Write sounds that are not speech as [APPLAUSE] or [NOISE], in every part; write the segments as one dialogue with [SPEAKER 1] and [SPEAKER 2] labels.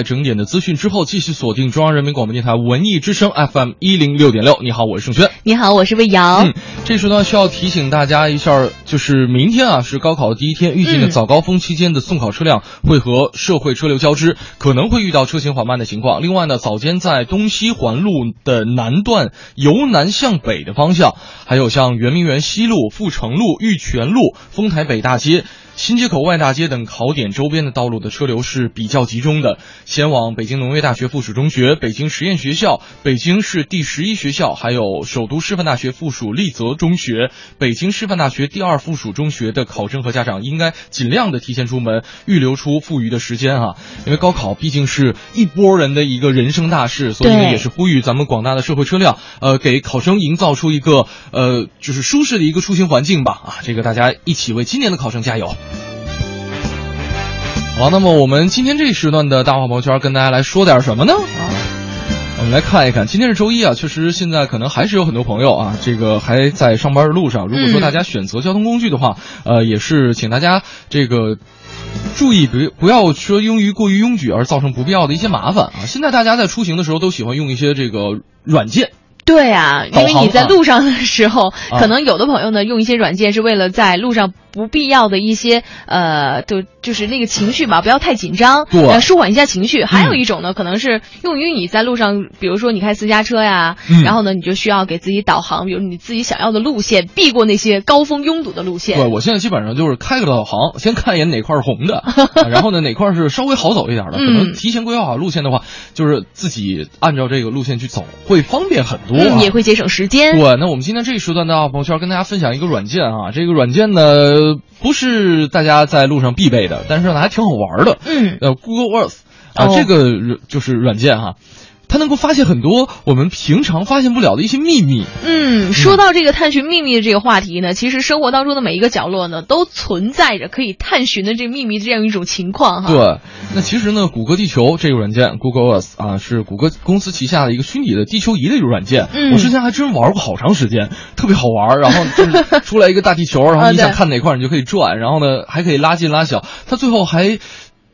[SPEAKER 1] 在整点的资讯之后，继续锁定中央人民广播电台文艺之声 FM 一零六点六。你好，我是盛轩。
[SPEAKER 2] 你好，我是魏瑶。
[SPEAKER 1] 嗯，这时候呢需要提醒大家一下，就是明天啊是高考的第一天，预计呢
[SPEAKER 2] 嗯
[SPEAKER 1] 早高峰期间的送考车辆会和社会车流交织，可能会遇到车行缓慢的情况。另外呢，早间在东西环路的南段由南向北的方向，还有像圆明园西路、阜成路、玉泉路、丰台北大街。新街口外大街等考点周边的道路的车流是比较集中的，前往北京农业大学附属中学、北京实验学校、北京市第十一学校，还有首都师范大学附属丽泽中学、北京师范大学第二附属中学的考生和家长应该尽量的提前出门，预留出富余的时间啊，因为高考毕竟是一波人的一个人生大事，所以呢
[SPEAKER 2] 对
[SPEAKER 1] 也是呼吁咱们广大的社会车辆，呃，给考生营造出一个呃就是舒适的一个出行环境吧啊，这个大家一起为今年的考生加油。好，那么我们今天这一时段的大话朋友圈跟大家来说点什么呢？啊，我们来看一看，今天是周一啊，确实现在可能还是有很多朋友啊，这个还在上班的路上。如果
[SPEAKER 2] 嗯
[SPEAKER 1] 说大家选择交通工具的话，呃，也是请大家这个。注意别不要说用于过于拥挤而造成不必要的一些麻烦啊！现在大家在出行的时候都喜欢用一些这个软件，
[SPEAKER 2] 对啊，因为
[SPEAKER 1] 导航
[SPEAKER 2] 你在
[SPEAKER 1] 啊
[SPEAKER 2] 路上的时候，[LAUGHS]
[SPEAKER 1] 啊
[SPEAKER 2] 可能有的朋友呢用一些软件是为了在路上不必要的一些呃，就就是那个情绪吧，不要太紧张，
[SPEAKER 1] 对嗯
[SPEAKER 2] 呃，舒缓一下情绪。还有一种呢，可能是用于你在路上，比如说你开私家车呀，
[SPEAKER 1] 嗯
[SPEAKER 2] 然后呢你就需要给自己导航，比如你自己想要的路线，避过那些高峰拥堵的路线。
[SPEAKER 1] 对，我现在基本上就是开个导航，先看一眼哪块儿红的，啊然后呢哪块儿是稍微好走一点
[SPEAKER 2] [LAUGHS]
[SPEAKER 1] 的，可
[SPEAKER 2] 嗯
[SPEAKER 1] 能提前规划好路线的话，就是自己按照这个路线去走，会方便很多、啊
[SPEAKER 2] 嗯，也会节省时间。
[SPEAKER 1] 对，那我们今天这一时段的朋友圈跟大家分享一个软件啊，这个软件呢不是大家在路上必备的，但是呢还挺好玩的，
[SPEAKER 2] 嗯，
[SPEAKER 1] 呃，Google Earth 啊，
[SPEAKER 2] 哦
[SPEAKER 1] 这个软就是软件哈、它能够发现很多我们平常发现不了的一些秘密。
[SPEAKER 2] 嗯，说到这个探寻秘密的这个话题呢，其实生活当中的每一个角落呢，都存在着可以探寻的这个秘密这样一种情况哈。
[SPEAKER 1] 对，那其实呢，谷歌地球这个软件，Google Earth 啊，是谷歌公司旗下的一个虚拟的地球仪的一个软件。
[SPEAKER 2] 嗯
[SPEAKER 1] 我之前还真玩过好长时间，特别好玩。然后就是出来一个大地球，然后
[SPEAKER 2] [LAUGHS] 啊
[SPEAKER 1] 你想
[SPEAKER 2] 对
[SPEAKER 1] 看哪块儿你就可以转，然后呢还可以拉近拉小，它最后还。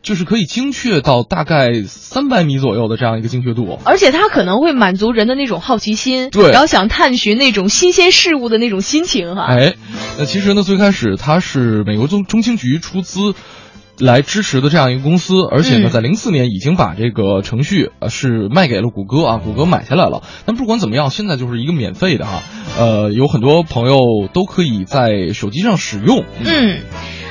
[SPEAKER 1] 就是可以精确到大概三百米左右的这样一个精确度，
[SPEAKER 2] 而且它可能会满足人的那种好奇心，
[SPEAKER 1] 对
[SPEAKER 2] 然后想探寻那种新鲜事物的那种心情哈。
[SPEAKER 1] 哎，那其实呢，最开始它是美国中中情局出资。来支持的这样一个公司，而且呢，
[SPEAKER 2] 嗯
[SPEAKER 1] 在零四年已经把这个程序呃是卖给了谷歌啊，谷歌买下来了。但不管怎么样，现在就是一个免费的哈，呃，有很多朋友都可以在手机上使用。
[SPEAKER 2] 嗯。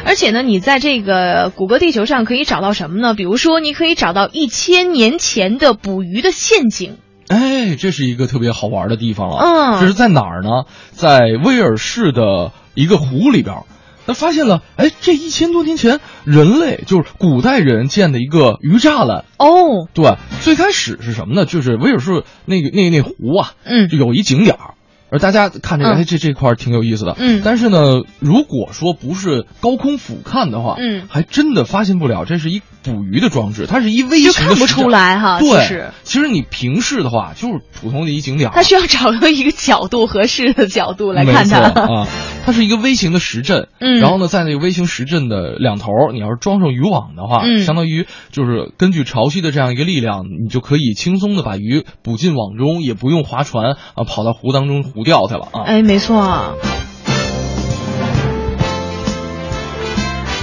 [SPEAKER 2] 而且呢，你在这个谷歌地球上可以找到什么呢？比如说，你可以找到一千年前的捕鱼的陷阱。
[SPEAKER 1] 哎，这是一个特别好玩的地方了。啊
[SPEAKER 2] 嗯
[SPEAKER 1] 这是在哪儿呢？在威尔士的一个湖里边儿，那发现了，哎，这一千多年前人类就是古代人建的一个鱼栅栏。
[SPEAKER 2] 哦，
[SPEAKER 1] 对，最开始是什么呢？就是威尔士那个那那湖啊，
[SPEAKER 2] 嗯
[SPEAKER 1] 就有一景点儿，而大家看这个，
[SPEAKER 2] 嗯
[SPEAKER 1] 哎，这这块儿挺有意思的。
[SPEAKER 2] 嗯
[SPEAKER 1] 但是呢，如果说不是高空俯瞰的话，
[SPEAKER 2] 嗯
[SPEAKER 1] 还真的发现不了，这是一捕鱼的装置，它是一微型
[SPEAKER 2] 就
[SPEAKER 1] 的
[SPEAKER 2] 看不
[SPEAKER 1] 视角
[SPEAKER 2] 出来哈
[SPEAKER 1] 对，
[SPEAKER 2] 其实
[SPEAKER 1] 其实你平视的话，就是普通的一景点儿。
[SPEAKER 2] 它需要找到一个角度合适的角度来
[SPEAKER 1] 没
[SPEAKER 2] 看
[SPEAKER 1] 错
[SPEAKER 2] 它。
[SPEAKER 1] 啊，它是一个微型的石阵，
[SPEAKER 2] 嗯
[SPEAKER 1] 然后呢，在那个微型石阵的两头，你要是装上渔网的话，
[SPEAKER 2] 嗯
[SPEAKER 1] 相当于就是根据潮汐的这样一个力量，你就可以轻松的把鱼捕进网中，也不用划船啊，跑到湖当中湖钓去了啊。
[SPEAKER 2] 哎，没错。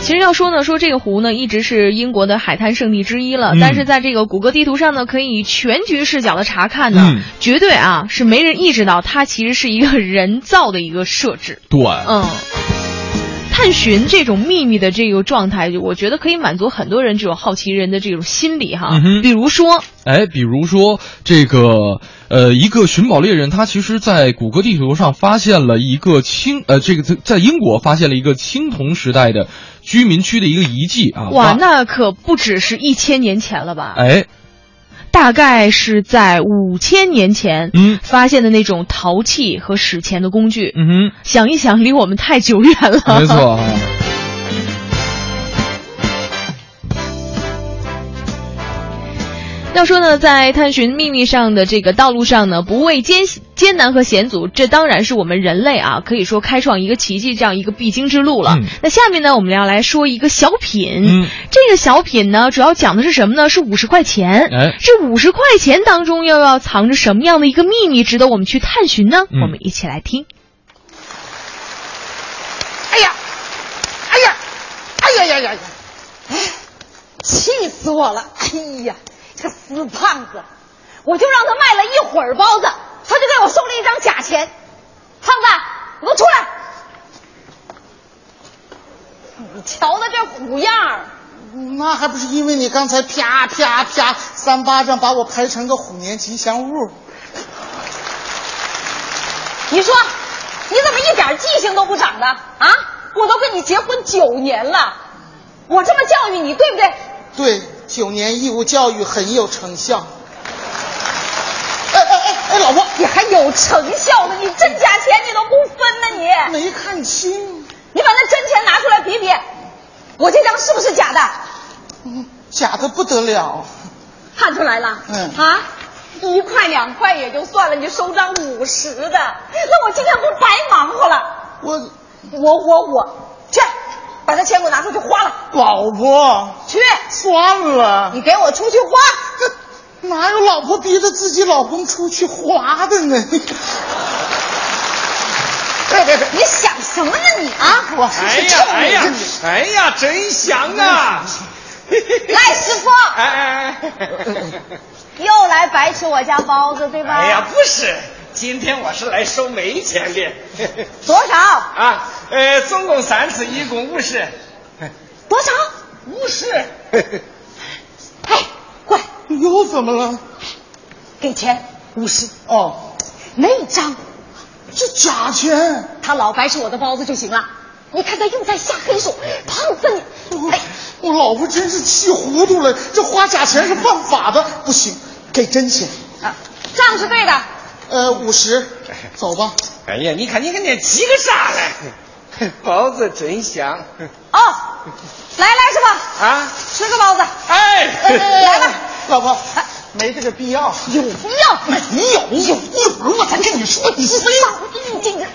[SPEAKER 2] 其实要说呢，说这个湖呢，一直是英国的海滩圣地之一了。
[SPEAKER 1] 嗯
[SPEAKER 2] 但是在这个谷歌地图上呢，可以全局视角的查看呢，
[SPEAKER 1] 嗯
[SPEAKER 2] 绝对啊是没人意识到它其实是一个人造的一个设置。
[SPEAKER 1] 对，
[SPEAKER 2] 嗯，探寻这种秘密的这个状态，我觉得可以满足很多人这种好奇人的这种心理哈。
[SPEAKER 1] 嗯哼
[SPEAKER 2] 比如说，
[SPEAKER 1] 哎，比如说这个，呃，一个寻宝猎人，他其实，在谷歌地图上发现了一个青，呃，这个在在英国发现了一个青铜时代的居民区的一个遗迹啊。
[SPEAKER 2] 哇，
[SPEAKER 1] 发
[SPEAKER 2] 那可不只是一千年前了吧？
[SPEAKER 1] 哎，
[SPEAKER 2] 大概是在五千年前
[SPEAKER 1] 嗯
[SPEAKER 2] 发现的那种陶器和史前的工具。
[SPEAKER 1] 嗯
[SPEAKER 2] 想一想，离我们太久远了。
[SPEAKER 1] 哼，
[SPEAKER 2] [LAUGHS]
[SPEAKER 1] 没错。啊。
[SPEAKER 2] 要说呢，在探寻秘密上的这个道路上呢，不畏艰艰难和险阻，这当然是我们人类啊，可以说开创一个奇迹这样一个必经之路了。
[SPEAKER 3] 嗯
[SPEAKER 2] 那下面呢，我们要来说一个小品。
[SPEAKER 3] 嗯
[SPEAKER 2] 这个小品呢，主要讲的是什么呢？是五十块钱。
[SPEAKER 3] 哎
[SPEAKER 2] 这五十块钱当中又要藏着什么样的一个秘密，值得我们去探寻呢？
[SPEAKER 3] 嗯
[SPEAKER 2] 我们一起来听。
[SPEAKER 4] 哎呀，哎呀，哎呀呀呀呀！哎，气死我了！哎呀，这个死胖子，我就让他卖了一会儿包子，他就给我送了一张假钱。胖子，你给我出来！你瞧他这虎样儿，
[SPEAKER 5] 那还不是因为你刚才啪啪啪三巴掌把我拍成个虎年吉祥物？
[SPEAKER 4] 你说你怎么一点记性都不长的啊？我都跟你结婚九年了，我这么教育你对不对？
[SPEAKER 5] 对，九年义务教育很有成效。哎哎哎哎，老婆，
[SPEAKER 4] 你还有成效呢，你真假钱你都不分呢你。
[SPEAKER 5] 没看清，
[SPEAKER 4] 你把那真钱拿出来比比，我这张是不是假的？
[SPEAKER 5] 嗯假的不得了。
[SPEAKER 4] 看出来了，
[SPEAKER 5] 嗯
[SPEAKER 4] 啊，一块两块也就算了，你收张五十的，那我今天不白忙活了？
[SPEAKER 5] 我
[SPEAKER 4] 我我我，去，把这钱给我拿出去花了，
[SPEAKER 5] 老婆，
[SPEAKER 4] 去，
[SPEAKER 5] 算
[SPEAKER 4] 你
[SPEAKER 5] 了，
[SPEAKER 4] 给我出去花。
[SPEAKER 5] 这哪有老婆逼着自己老公出去花的
[SPEAKER 4] [LAUGHS]
[SPEAKER 5] 呢？别别别，
[SPEAKER 4] 哎你想什么呢你啊？
[SPEAKER 5] [LAUGHS] 我
[SPEAKER 6] 哎
[SPEAKER 5] 还
[SPEAKER 6] 呀，哎呀，哎呀，
[SPEAKER 4] [LAUGHS]
[SPEAKER 6] 真香啊！
[SPEAKER 5] 嗯
[SPEAKER 4] 赖师傅，
[SPEAKER 6] 哎哎哎！
[SPEAKER 5] 嗯
[SPEAKER 4] 又来白吃我家包子对吧？
[SPEAKER 6] 哎呀，不是，今天我是来收煤钱的。
[SPEAKER 4] 多少？
[SPEAKER 6] 啊，呃，总共三次，一共五十。
[SPEAKER 4] 多少？
[SPEAKER 6] 五十。
[SPEAKER 4] 哎，过来，
[SPEAKER 5] 又怎么了？
[SPEAKER 4] 给钱五十，
[SPEAKER 5] 哦，
[SPEAKER 4] 那张。
[SPEAKER 5] 这假钱。
[SPEAKER 4] 他老白吃我的包子就行了。你看他又在下黑手，胖子你，哎，
[SPEAKER 5] 我老婆真是气糊涂了，这花假钱是犯法的，不行，给真钱，
[SPEAKER 4] 啊，账是对的，
[SPEAKER 5] 呃，五十，走吧。嗯
[SPEAKER 6] 哎呀，你看，你看，你急个啥嘞？ [LAUGHS] 包子真香
[SPEAKER 4] 哦，来来是吧？
[SPEAKER 6] 啊！
[SPEAKER 4] 吃个包子，呃
[SPEAKER 6] 哎，
[SPEAKER 4] 来吧，啊
[SPEAKER 5] 老婆，没这个必要。
[SPEAKER 4] 有必要没有？有，一会儿我才跟你说，你非要你
[SPEAKER 5] [LAUGHS]
[SPEAKER 4] 这个。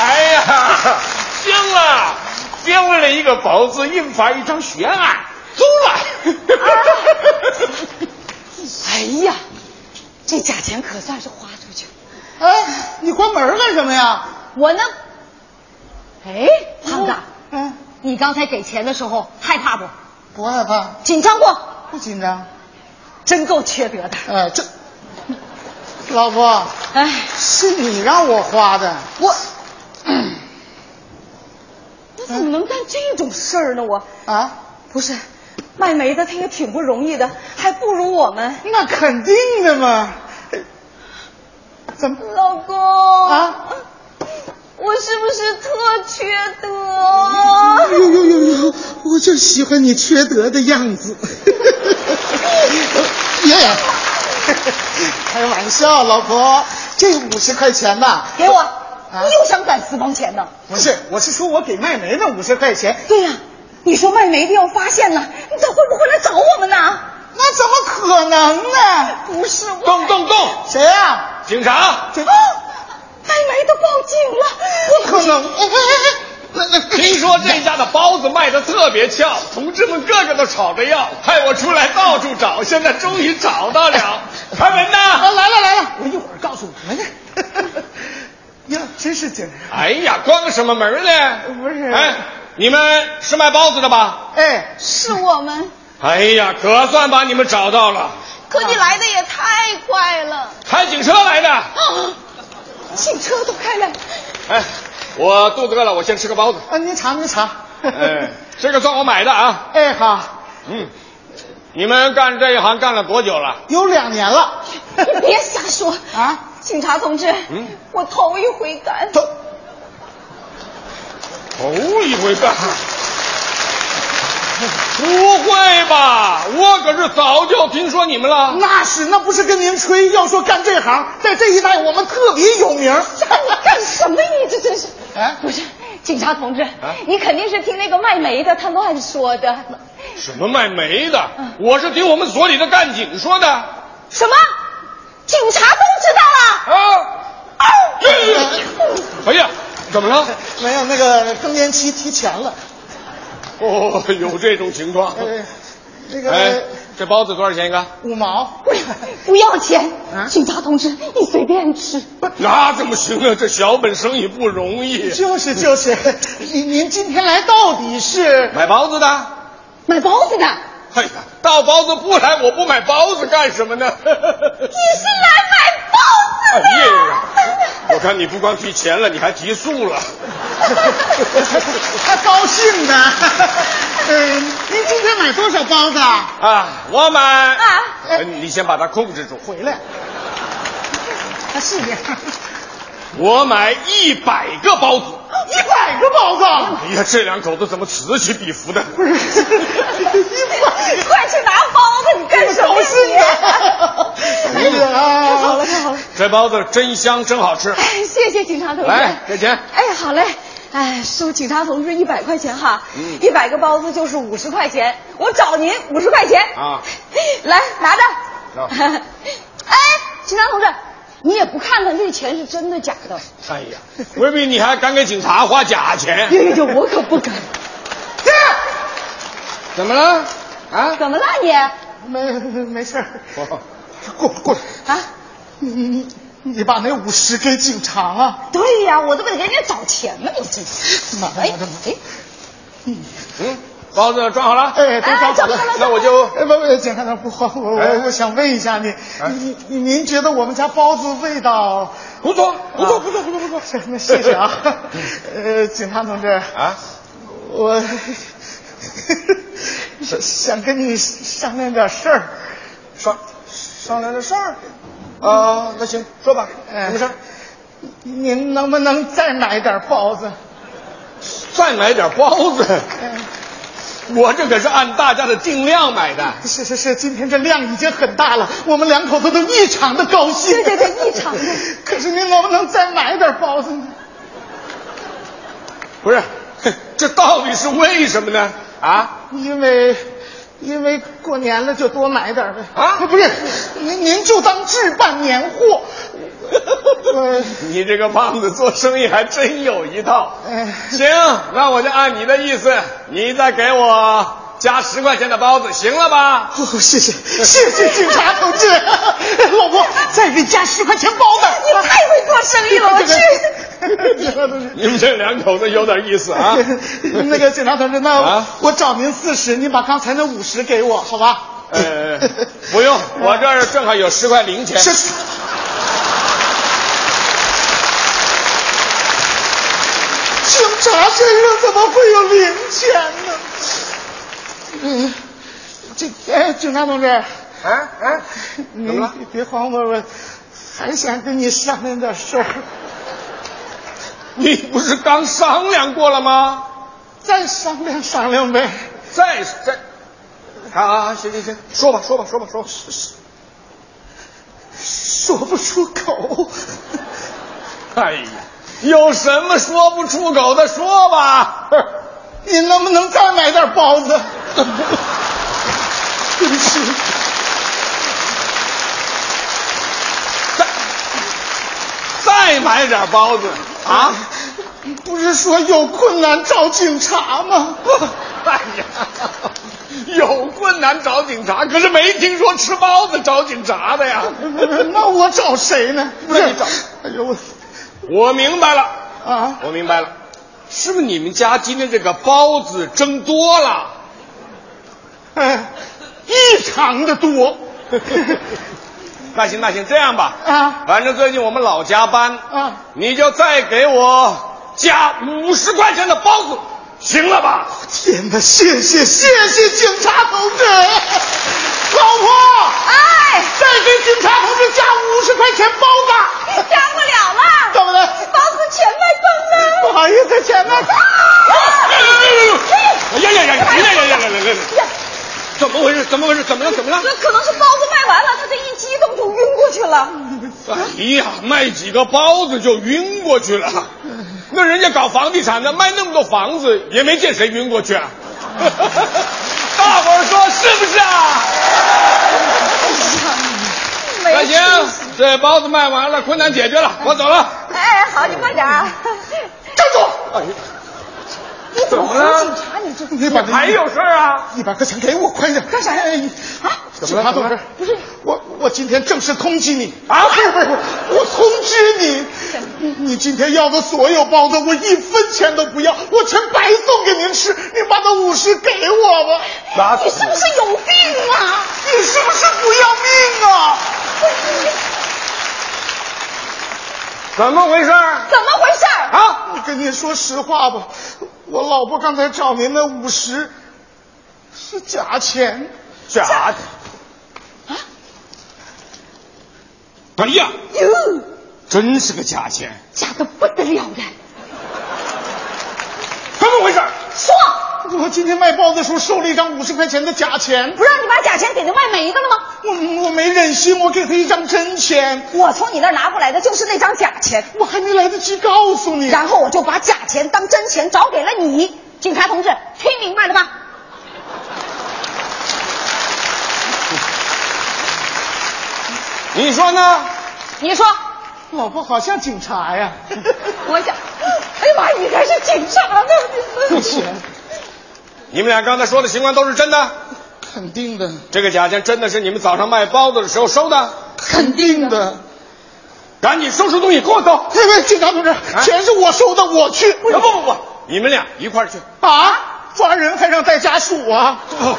[SPEAKER 6] 哎呀，行了，别为了一个包子引发一场血案，走吧。
[SPEAKER 4] 哎呀，这假钱可算是花出去了。
[SPEAKER 5] 哎，你关门干什么呀？
[SPEAKER 4] 我呢，哎，胖子，
[SPEAKER 5] 嗯，
[SPEAKER 4] 你刚才给钱的时候害怕不？
[SPEAKER 5] 不害怕，
[SPEAKER 4] 紧张不？
[SPEAKER 5] 不紧张。
[SPEAKER 4] 真够缺德的。
[SPEAKER 5] 哎，这，老婆，
[SPEAKER 4] 哎，
[SPEAKER 5] 是你让我花的，
[SPEAKER 4] 我， [CLEARS THROAT] 我怎么能干这种事儿呢？我
[SPEAKER 5] 啊，
[SPEAKER 4] 不是卖煤的，他也挺不容易的，还不如我们。
[SPEAKER 5] 那肯定的嘛。怎么？
[SPEAKER 4] 老公
[SPEAKER 5] 啊，
[SPEAKER 4] 我是不是特缺德？
[SPEAKER 5] 呦呦呦呦！我就喜欢你缺德的样子。爷爷，开玩笑，老婆，这五十块钱呐，
[SPEAKER 4] 给我，你又想攒私房钱呢？
[SPEAKER 5] 不是，我是说我给卖煤那五十块钱，
[SPEAKER 4] 对呀、你说卖煤的要发现了，你他会不会来找我们呢？
[SPEAKER 5] 那怎么可能呢？
[SPEAKER 4] 不是我，
[SPEAKER 6] 动动动！
[SPEAKER 5] 谁呀、
[SPEAKER 6] 警察，
[SPEAKER 5] 这
[SPEAKER 4] 啊，
[SPEAKER 5] 哎
[SPEAKER 4] 卖煤的报警了，
[SPEAKER 5] 不可能！哎哎哎哎，来来，
[SPEAKER 6] 听说这家的包子卖的特别俏，同志们个个都吵着要，害我出来到处找，现在终于找到了。开门
[SPEAKER 5] 啊，
[SPEAKER 6] 呐！
[SPEAKER 5] 来了来了，我一会儿告诉你们
[SPEAKER 6] [LAUGHS]
[SPEAKER 5] 呢。呀，真是警察！
[SPEAKER 6] 哎呀，关个什么门嘞？
[SPEAKER 5] 不是
[SPEAKER 6] 哎，你们是卖包子的吧？
[SPEAKER 5] 哎，
[SPEAKER 4] 是我们。
[SPEAKER 6] 哎呀，可算把你们找到了，
[SPEAKER 4] 可你来的也太快了，
[SPEAKER 6] 开警车来的。
[SPEAKER 4] 汽车都开来了。
[SPEAKER 6] 哎，我肚子饿了，我先吃个包子。
[SPEAKER 5] 啊，您尝您尝。
[SPEAKER 6] 哎，这个算我买的啊。
[SPEAKER 5] 哎好，
[SPEAKER 6] 嗯，你们干这一行干了多久了？
[SPEAKER 5] 有两年了。
[SPEAKER 4] 你别瞎说
[SPEAKER 5] 啊！
[SPEAKER 4] 警察同志，
[SPEAKER 6] 嗯
[SPEAKER 4] 我头一回干，
[SPEAKER 5] 都
[SPEAKER 6] 头一回
[SPEAKER 5] [LAUGHS]
[SPEAKER 6] 干。不会吧？我可是早就听说你们了。
[SPEAKER 5] 那是那不是跟您吹，要说干这行，在这一带我们特别有名。
[SPEAKER 4] 干什么呀？你这真是……
[SPEAKER 5] 哎，
[SPEAKER 4] 不是，警察同志，你肯定是听那个卖煤的他乱说的。
[SPEAKER 6] 什么卖煤的？我是听我们所里的干警说的。
[SPEAKER 3] 什么？警察都知道了？
[SPEAKER 6] 啊！哎呀，怎么了？
[SPEAKER 4] 没有那个更年期提前了。
[SPEAKER 6] 哦，有这种情况。
[SPEAKER 4] 呃，那
[SPEAKER 6] 哎
[SPEAKER 4] 个，
[SPEAKER 6] 这包子多少钱一个？
[SPEAKER 4] 五毛，
[SPEAKER 3] [LAUGHS]
[SPEAKER 4] 啊
[SPEAKER 3] 不要钱，警察同志，你随便吃。
[SPEAKER 6] 那怎么行啊？这小本生意不容易。
[SPEAKER 4] 就是就是， [LAUGHS] 您您今天来到底是？
[SPEAKER 6] 买包子的？
[SPEAKER 3] 买包子的，
[SPEAKER 6] 哎呀，到包子铺来，我不买包子干什么呢？ [LAUGHS]
[SPEAKER 3] 你是来买包
[SPEAKER 6] 哎
[SPEAKER 3] 子的？
[SPEAKER 6] 呀，我看你不光提钱了，你还提速了。
[SPEAKER 4] [LAUGHS] 他高兴的。 [LAUGHS] 呃，您今天买多少包子？啊？
[SPEAKER 6] 啊，我买。
[SPEAKER 3] 啊
[SPEAKER 6] 哎你先把它控制住。
[SPEAKER 4] 回来，他是这样，
[SPEAKER 6] 我买一百个包子。
[SPEAKER 4] 一百个包子，
[SPEAKER 6] 哎呀，这两口子怎么此起彼伏的？
[SPEAKER 4] [LAUGHS] 一
[SPEAKER 3] 快去拿包子，你干什么
[SPEAKER 4] 高兴
[SPEAKER 3] 呀
[SPEAKER 4] 的。哎呀，
[SPEAKER 3] 好了太
[SPEAKER 4] 啊
[SPEAKER 3] 好了，
[SPEAKER 6] 这包子真香，真好吃。
[SPEAKER 3] [LAUGHS] 哎，谢谢警察同志。
[SPEAKER 6] 来给钱
[SPEAKER 3] 哎，好嘞。哎，收警察同志一百块钱哈，
[SPEAKER 4] 嗯
[SPEAKER 3] 一百、个包子就是五十块钱，我找您五十块钱
[SPEAKER 2] 哦
[SPEAKER 6] 啊，
[SPEAKER 3] 来拿着。
[SPEAKER 6] 啊
[SPEAKER 3] [LAUGHS] 哎，警察同志，你也不看看这钱是真的假的？
[SPEAKER 6] 哎呀，未必你还敢给警察花假
[SPEAKER 3] 哎
[SPEAKER 6] 钱？
[SPEAKER 3] 呦，我可不敢。
[SPEAKER 6] 怎么了？啊？
[SPEAKER 3] 怎么了你？
[SPEAKER 4] 没没事儿，
[SPEAKER 6] 哦
[SPEAKER 4] 过过来，
[SPEAKER 3] 啊，
[SPEAKER 4] 你你你把那五十给警察了？
[SPEAKER 3] 对呀、我这不得给人家找钱吗？你这，
[SPEAKER 4] 妈
[SPEAKER 3] 哎
[SPEAKER 4] 呀，
[SPEAKER 3] 哎，
[SPEAKER 6] 嗯，包子装好了。
[SPEAKER 4] 哎，都
[SPEAKER 3] 哎
[SPEAKER 4] 找
[SPEAKER 3] 怎
[SPEAKER 4] 好
[SPEAKER 3] 么了
[SPEAKER 6] 那我就
[SPEAKER 4] 哎，不不，警察同志，不慌，我
[SPEAKER 6] 哎
[SPEAKER 4] 我我想问一下你
[SPEAKER 6] 哎，
[SPEAKER 4] 你你您觉得我们家包子味道？
[SPEAKER 6] 不错，不错，不错。
[SPEAKER 4] 错，不错，不错。那谢谢
[SPEAKER 6] [LAUGHS]
[SPEAKER 4] 啊，呃，警察同志，
[SPEAKER 6] 啊， [LAUGHS]
[SPEAKER 4] 我想跟你商量点事儿。
[SPEAKER 6] 商商量的事儿。啊，那行，说吧，什么事儿？
[SPEAKER 4] 哎您能不能再买点包子？哎
[SPEAKER 6] 再买点包子。我这可是按大家的定量买的。
[SPEAKER 4] 是是是，今天这量已经很大了，我们两口子都异常的高兴。
[SPEAKER 3] 对对对异常的。
[SPEAKER 4] [LAUGHS] 可是您能不能再买点包子呢？
[SPEAKER 6] 不是，这到底是为什么呢？啊，
[SPEAKER 4] 因为，因为过年了就多买点呗。哎
[SPEAKER 6] 啊
[SPEAKER 4] 不是，您您就当置办年货。我，
[SPEAKER 6] [LAUGHS] 你这个胖子做生意还真有一套。
[SPEAKER 4] 哎
[SPEAKER 6] 行，那我就按你的意思，你再给我加十块钱的包子，行了吧？
[SPEAKER 4] 哦，谢谢谢谢警察同志， [LAUGHS] 老婆再给加十块钱包子。
[SPEAKER 3] 你太会做生意了，我去。
[SPEAKER 4] 去。警察同志。
[SPEAKER 6] [LAUGHS] 你们这两口子有点意思啊
[SPEAKER 4] [LAUGHS] 那个警察同志，那
[SPEAKER 6] 啊
[SPEAKER 4] 我找您四十，您把刚才那五十给我，好吧？
[SPEAKER 6] 呃，不用，我这儿正好有十块零钱。
[SPEAKER 4] 是警察身上怎么会有零钱呢？嗯，这哎，警察同志，
[SPEAKER 6] 啊啊，怎么
[SPEAKER 4] 您
[SPEAKER 6] 了？
[SPEAKER 4] 别慌我，我还想跟你商量点事儿。
[SPEAKER 6] 你不是刚商量过了吗？
[SPEAKER 4] 再商量商量呗。
[SPEAKER 6] 再再，啊啊，行行行，说吧说吧说吧说吧。
[SPEAKER 4] 说不出口。
[SPEAKER 6] 哎呀，有什么说不出口的说吧。
[SPEAKER 4] 你能不能再买点包子？对不起，
[SPEAKER 6] [LAUGHS] 再再买点包子啊！
[SPEAKER 4] 不是说有困难找警察吗？
[SPEAKER 6] 哎呀，有困难找警察，可是没听说吃包子找警察的呀。
[SPEAKER 4] [LAUGHS] 那我找谁呢？
[SPEAKER 6] 那你找
[SPEAKER 4] 哎呦我
[SPEAKER 6] 我明白了，
[SPEAKER 4] 啊！
[SPEAKER 6] 我明白了，是不是你们家今天这个包子蒸多了？
[SPEAKER 4] 哎，异常的
[SPEAKER 6] [LAUGHS]
[SPEAKER 4] 多
[SPEAKER 6] 那行那行，这样吧，
[SPEAKER 4] 啊
[SPEAKER 6] 反正最近我们老加班，
[SPEAKER 4] 啊！
[SPEAKER 6] 你就再给我加五十块钱的包子，行了吧？
[SPEAKER 4] 天哪！谢谢谢谢警察同志，老婆，
[SPEAKER 3] 哎，
[SPEAKER 4] 再给警察同志加五十块钱包子，
[SPEAKER 3] 加不了了，
[SPEAKER 4] 怎么的？
[SPEAKER 3] 包子全卖光了。
[SPEAKER 4] 不好意思，前面。
[SPEAKER 6] 哎呀呀呀呀呀呀呀呀呀！怎么回事？怎么回事？怎么了？怎么了？
[SPEAKER 3] 这可能是包子卖完了，他这一激动就晕过去了。
[SPEAKER 4] 啊
[SPEAKER 6] 哎呀，卖几个包子就晕过去了。那人家搞房地产的卖那么多房子，也没见谁晕过去啊。大伙儿说是不是啊？这包子卖完了，困难解决了，我走了。
[SPEAKER 7] 哎，好，你慢点啊！
[SPEAKER 4] 站住！哎呀，
[SPEAKER 7] 你怎么
[SPEAKER 6] 怎么了
[SPEAKER 7] 和警察？你这
[SPEAKER 4] 你把这
[SPEAKER 6] 还有事儿啊？
[SPEAKER 4] 一百块钱给我，快点！干啥呀？
[SPEAKER 6] 怎
[SPEAKER 4] 警
[SPEAKER 6] 么了
[SPEAKER 4] 察
[SPEAKER 6] 怎
[SPEAKER 4] 同
[SPEAKER 6] 么
[SPEAKER 4] 志
[SPEAKER 6] 了，
[SPEAKER 4] 不是我，我今天正式通缉你
[SPEAKER 6] 啊
[SPEAKER 4] 不是不是，不是我通知你，你你今天要的所有包子，我一分钱都不要，我全白送给您吃，你把那五十给我吧。
[SPEAKER 6] 拿
[SPEAKER 7] 你是不是有病啊？
[SPEAKER 4] 你是不是不要命啊？
[SPEAKER 6] 怎么回事儿？
[SPEAKER 7] 怎么回事儿？
[SPEAKER 6] 啊，
[SPEAKER 4] 我跟你说实话吧，我老婆刚才找您那五十是假钱，
[SPEAKER 6] 假的！哎呀，
[SPEAKER 7] 哟，
[SPEAKER 6] 真是个假钱！
[SPEAKER 7] 假的不得了了！
[SPEAKER 6] 怎么回事儿？
[SPEAKER 7] 说，
[SPEAKER 4] 我今天卖包子的时候收了一张五十块钱的假钱
[SPEAKER 7] 不，让你把假钱给那外美一个了吗？
[SPEAKER 4] 我我没忍心，我给他一张真钱，
[SPEAKER 7] 我从你那儿拿过来的就是那张假钱，
[SPEAKER 4] 我还没来得及告诉你。
[SPEAKER 7] 然后我就把假钱当真钱找给了你。警察同志，听明白了吗？
[SPEAKER 6] 你说呢？
[SPEAKER 7] 你说，
[SPEAKER 4] 老婆好像警察呀，
[SPEAKER 7] [LAUGHS] 我想，哎呀妈，你才是警察呢！哎
[SPEAKER 4] 不钱
[SPEAKER 6] 你们俩刚才说的情况都是真的？
[SPEAKER 4] 肯定的，
[SPEAKER 6] 这个假钱真的是你们早上卖包子的时候收的？
[SPEAKER 4] 肯定的。
[SPEAKER 6] 赶紧收拾东西，给我走！啊
[SPEAKER 4] 喂喂，警察同志，钱是我收的，我去。
[SPEAKER 6] 不不不不，你们俩一块儿去。
[SPEAKER 4] 啊，抓人还让带家属啊？
[SPEAKER 6] 哦，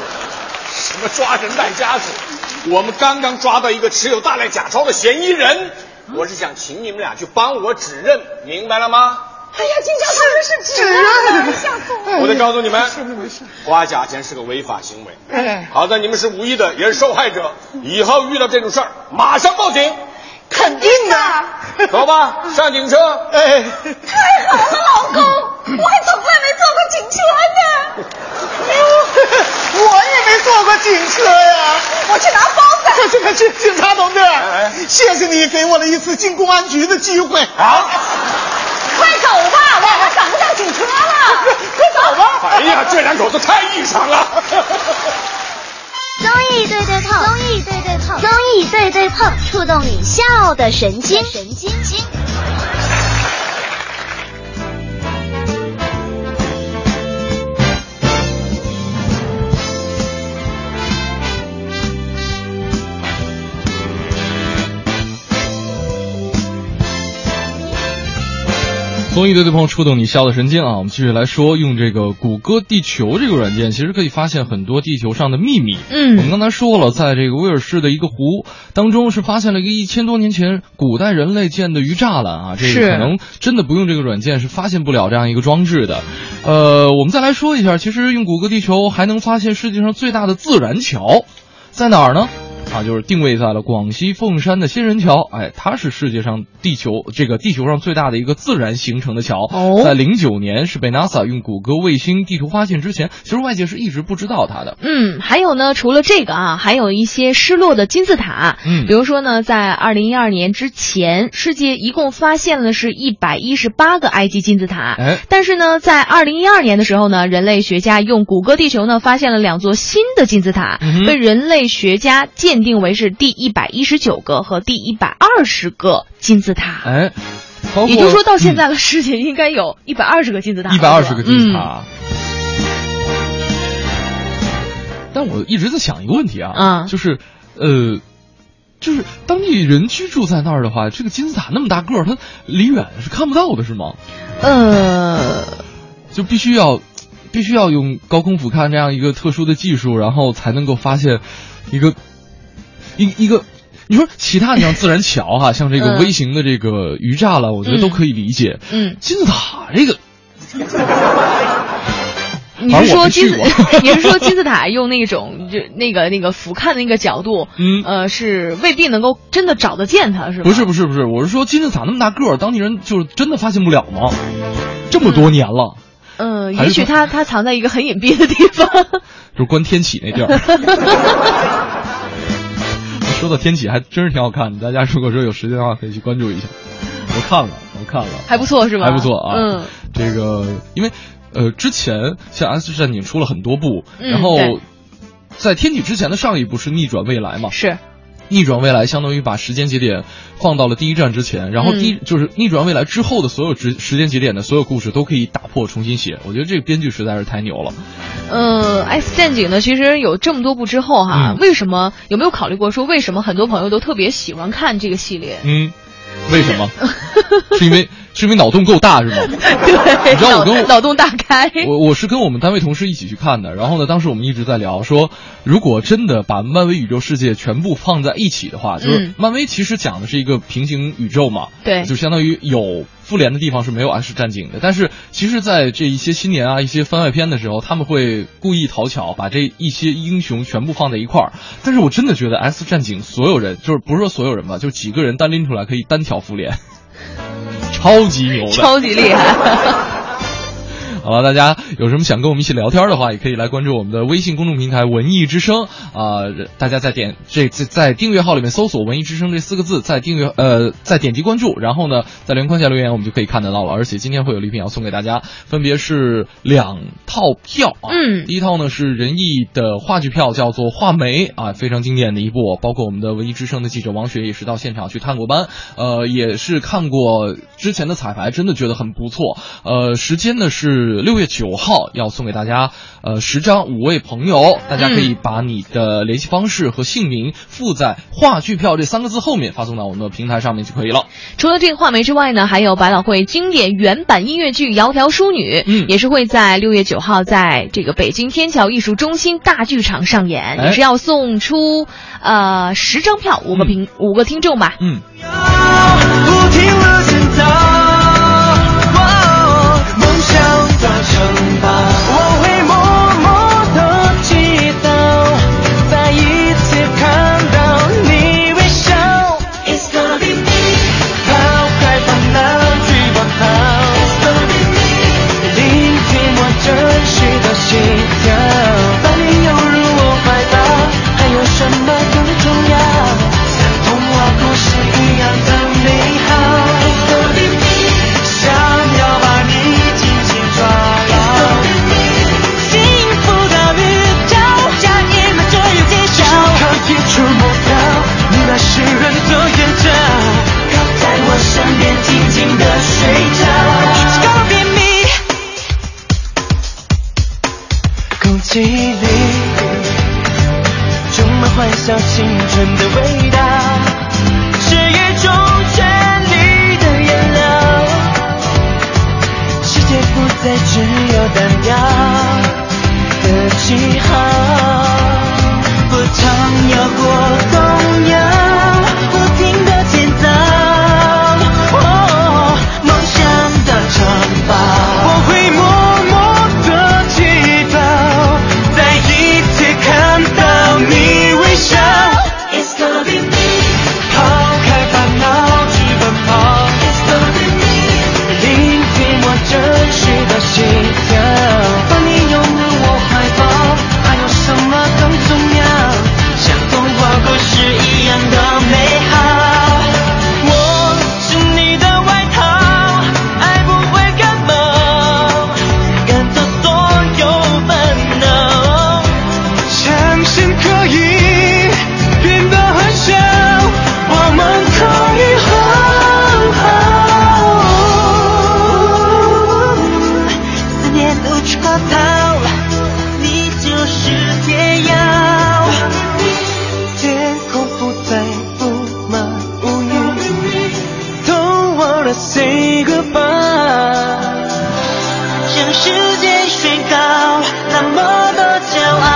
[SPEAKER 6] 什么抓人带家属？我们刚刚抓到一个持有大量假钞的嫌疑人，
[SPEAKER 4] 啊
[SPEAKER 6] 我是想请你们俩去帮我指认，明白了吗？
[SPEAKER 7] 哎呀，警察同志是指认的，吓死我了！
[SPEAKER 6] 我得告诉你们
[SPEAKER 4] 哎没事没事。
[SPEAKER 6] 花假钱是个违法行为。
[SPEAKER 4] 哎，
[SPEAKER 6] 好在你们是无意的，也是受害者。以后遇到这种事儿，马上报警。
[SPEAKER 7] 肯定的，
[SPEAKER 6] 走
[SPEAKER 4] [LAUGHS]
[SPEAKER 6] 吧，上警车。
[SPEAKER 4] 哎，
[SPEAKER 7] 太好了，老公，我还从来没坐过警车呢。
[SPEAKER 4] [LAUGHS] 我也没坐过警车呀。
[SPEAKER 7] 我去拿包子。
[SPEAKER 4] 快去快去，警察同志，
[SPEAKER 6] 哎
[SPEAKER 4] 谢谢你给我了一次进公安局的机会。
[SPEAKER 6] 啊！
[SPEAKER 7] 快走吧，晚上赶不上警车了。快走吧。
[SPEAKER 6] 哎呀，这两口子太异常了。
[SPEAKER 8] 综艺对对碰，综艺对对碰，综艺对对碰，触动你笑的神经，神经经。
[SPEAKER 1] 综艺对对碰触动你笑的神经啊！我们继续来说，用这个谷歌地球这个软件，其实可以发现很多地球上的秘密。我们
[SPEAKER 2] 嗯，
[SPEAKER 1] 刚才说了，在这个威尔士的一个湖当中，是发现了一个一千多年前古代人类建的鱼栅栏啊，这
[SPEAKER 2] 是
[SPEAKER 1] 个可能真的不用这个软件是发现不了这样一个装置的。呃，我们再来说一下，其实用谷歌地球还能发现世界上最大的自然桥，在哪儿呢？啊，就是定位在了广西凤山的仙人桥，哎，它是世界上地球这个地球上最大的一个自然形成的桥。
[SPEAKER 2] 哦
[SPEAKER 1] 在零九年是被 NASA 用谷歌卫星地图发现之前，其实外界是一直不知道它的。
[SPEAKER 2] 嗯，还有呢，除了这个啊，还有一些失落的金字塔。
[SPEAKER 1] 嗯
[SPEAKER 2] 比如说呢，在二零一二年之前，世界一共发现了是一百一十八个埃及金字塔。
[SPEAKER 1] 哎
[SPEAKER 2] 但是呢，在二零一二年的时候呢，人类学家用谷歌地球呢发现了两座新的金字塔，
[SPEAKER 1] 嗯哼
[SPEAKER 2] 被人类学家鉴定为是第一百一十九个和第一百二十个金字塔。
[SPEAKER 1] 哎，包括
[SPEAKER 2] 也就是说，到现在了，世界应该有一百二十个金字塔了。
[SPEAKER 1] 一百二十个金字
[SPEAKER 2] 是吧
[SPEAKER 1] 塔。但我一直在想一个问题啊，
[SPEAKER 2] 嗯
[SPEAKER 1] 就是，呃，就是当地人居住在那儿的话，这个金字塔那么大个儿，它离远是看不到的，是吗？
[SPEAKER 2] 嗯，呃。
[SPEAKER 1] 就必须要，必须要用高空俯瞰这样一个特殊的技术，然后才能够发现一个，一一个。你说其他你像自然桥哈、像这个
[SPEAKER 2] 嗯
[SPEAKER 1] 微型的这个鱼栅栏，我觉得都可以理解。
[SPEAKER 2] 嗯嗯
[SPEAKER 1] 金字塔这个
[SPEAKER 2] 你
[SPEAKER 1] 反
[SPEAKER 2] 是
[SPEAKER 1] 正
[SPEAKER 2] 说
[SPEAKER 1] 我没
[SPEAKER 2] 金
[SPEAKER 1] 去
[SPEAKER 2] 字 [LAUGHS]
[SPEAKER 1] 过？
[SPEAKER 2] 你是说金字塔用那种就那个那个俯瞰的那个角度，
[SPEAKER 1] 嗯
[SPEAKER 2] 呃，是未必能够真的找得见它，是吧？
[SPEAKER 1] 不是不是不是，我是说金字塔那么大个儿，当地人就是真的发现不了吗？这么多年了，
[SPEAKER 2] 嗯、
[SPEAKER 1] 还
[SPEAKER 2] 也
[SPEAKER 1] 是
[SPEAKER 2] 许
[SPEAKER 1] 说
[SPEAKER 2] 它它藏在一个很隐蔽的地方。
[SPEAKER 1] 就是关天启那地儿。说到天启，还真是挺好看的。大家如果说有时间的话，可以去关注一下。我看了，我看了，
[SPEAKER 2] [LAUGHS] 还不错是吧
[SPEAKER 1] 还不错啊。
[SPEAKER 2] 嗯，
[SPEAKER 1] 这个因为呃，之前像《S 战警》出了很多部，
[SPEAKER 2] 嗯
[SPEAKER 1] 然后
[SPEAKER 2] 对
[SPEAKER 1] 在天启之前的上一部是《逆转未来》嘛，
[SPEAKER 2] 是，
[SPEAKER 1] 逆转未来相当于把时间节点放到了第一站之前，然后
[SPEAKER 2] 嗯
[SPEAKER 1] 第一、就是逆转未来之后的所有时时间节点的所有故事都可以打破重新写。我觉得这个编剧实在是太牛了。
[SPEAKER 2] 呃，X 战警呢，其实有这么多部之后哈，
[SPEAKER 1] 嗯
[SPEAKER 2] 为什么有没有考虑过说，为什么很多朋友都特别喜欢看这个系列？
[SPEAKER 1] 嗯，为什
[SPEAKER 2] [LAUGHS]
[SPEAKER 1] 么？是因为是因为脑洞够大是吗？
[SPEAKER 2] 对，
[SPEAKER 1] 你知道
[SPEAKER 2] 脑
[SPEAKER 1] 我跟我
[SPEAKER 2] 脑洞大开。
[SPEAKER 1] 我我是跟我们单位同事一起去看的，然后呢，当时我们一直在聊说，如果真的把漫威宇宙世界全部放在一起的话，就是
[SPEAKER 2] 嗯
[SPEAKER 1] 漫威其实讲的是一个平行宇宙嘛，
[SPEAKER 2] 对
[SPEAKER 1] 就相当于有复联的地方是没有 X 战警的，但是其实，在这一些新年啊、一些番外篇的时候，他们会故意讨巧，把这一些英雄全部放在一块儿。但是我真
[SPEAKER 2] [LAUGHS]
[SPEAKER 1] 的觉得 X 战警所有人，就是不是说所有人吧，就几个人单拎出来可以单挑复联， [LAUGHS] 超级牛的，
[SPEAKER 2] 超级厉害。
[SPEAKER 1] [LAUGHS] 好了，大家有什么想跟我们一起聊天的话，也可以来关注我们的微信公众平台“文艺之声”啊、大家在点这在在订阅号里面搜索“文艺之声”这四个字，在订阅呃再点击关注，然后呢在留言框下留言，我们就可以看得到了。而且今天会有礼品要送给大家，分别是两套票啊。
[SPEAKER 2] 嗯
[SPEAKER 1] 第一套呢是仁义的话剧票，叫做《画眉》啊，非常经典的一部，包括我们的文艺之声的记者王雪也是到现场去探过班，呃，也是看过之前的彩排，真的觉得很不错。呃，时间呢是六月九号，要送给大家呃十张五位朋友，大家可以把你的联系方式和姓名附在“话剧票”这三个字后面，发送到我们的平台上面就可以了。
[SPEAKER 2] 除了这个画眉之外呢，还有百老汇经典原版音乐剧《窈窕淑女》，
[SPEAKER 1] 嗯
[SPEAKER 2] 也是会在六月九号在这个北京天桥艺术中心大剧场上演，
[SPEAKER 1] 哎
[SPEAKER 2] 也是要送出呃十张票，五个评、五个听众吧。
[SPEAKER 1] 嗯，
[SPEAKER 3] 不停了建造，哦梦想造城堡，我会默默的祈祷，再一次看到你微笑。It's gonna be me，抛开烦恼去奔跑。It's gonna be me，聆听我真实的心跳，把你拥入我怀抱，还有什么更重要？童话故事一样的美好。想要把你紧紧抓牢。幸福的宇宙，下一秒就有揭晓。可以触摸到你那湿润的眼罩，靠在我身边，静静的睡着。It's gonna be me，空气里。充满欢笑青春的味道，是一种甜蜜的颜料，世界不再只有单调的记号，不常有过动摇，不停的建造，哦，梦想的城堡，我会默默的祈祷，再一次看到你微笑。It's gonna be me，抛开烦恼去奔跑。It's gonna be me，聆听我真实的心跳，把你拥入我怀抱，还有什么更重要？像童话故事一样的美好。我是你的外套，爱不会感冒，赶走所有烦恼。相信可以变得很小，我们可以很好。思念无处可逃，你就是解药。天空不再布满乌云，Don't wanna say goodbye。向世界宣告那么的骄傲。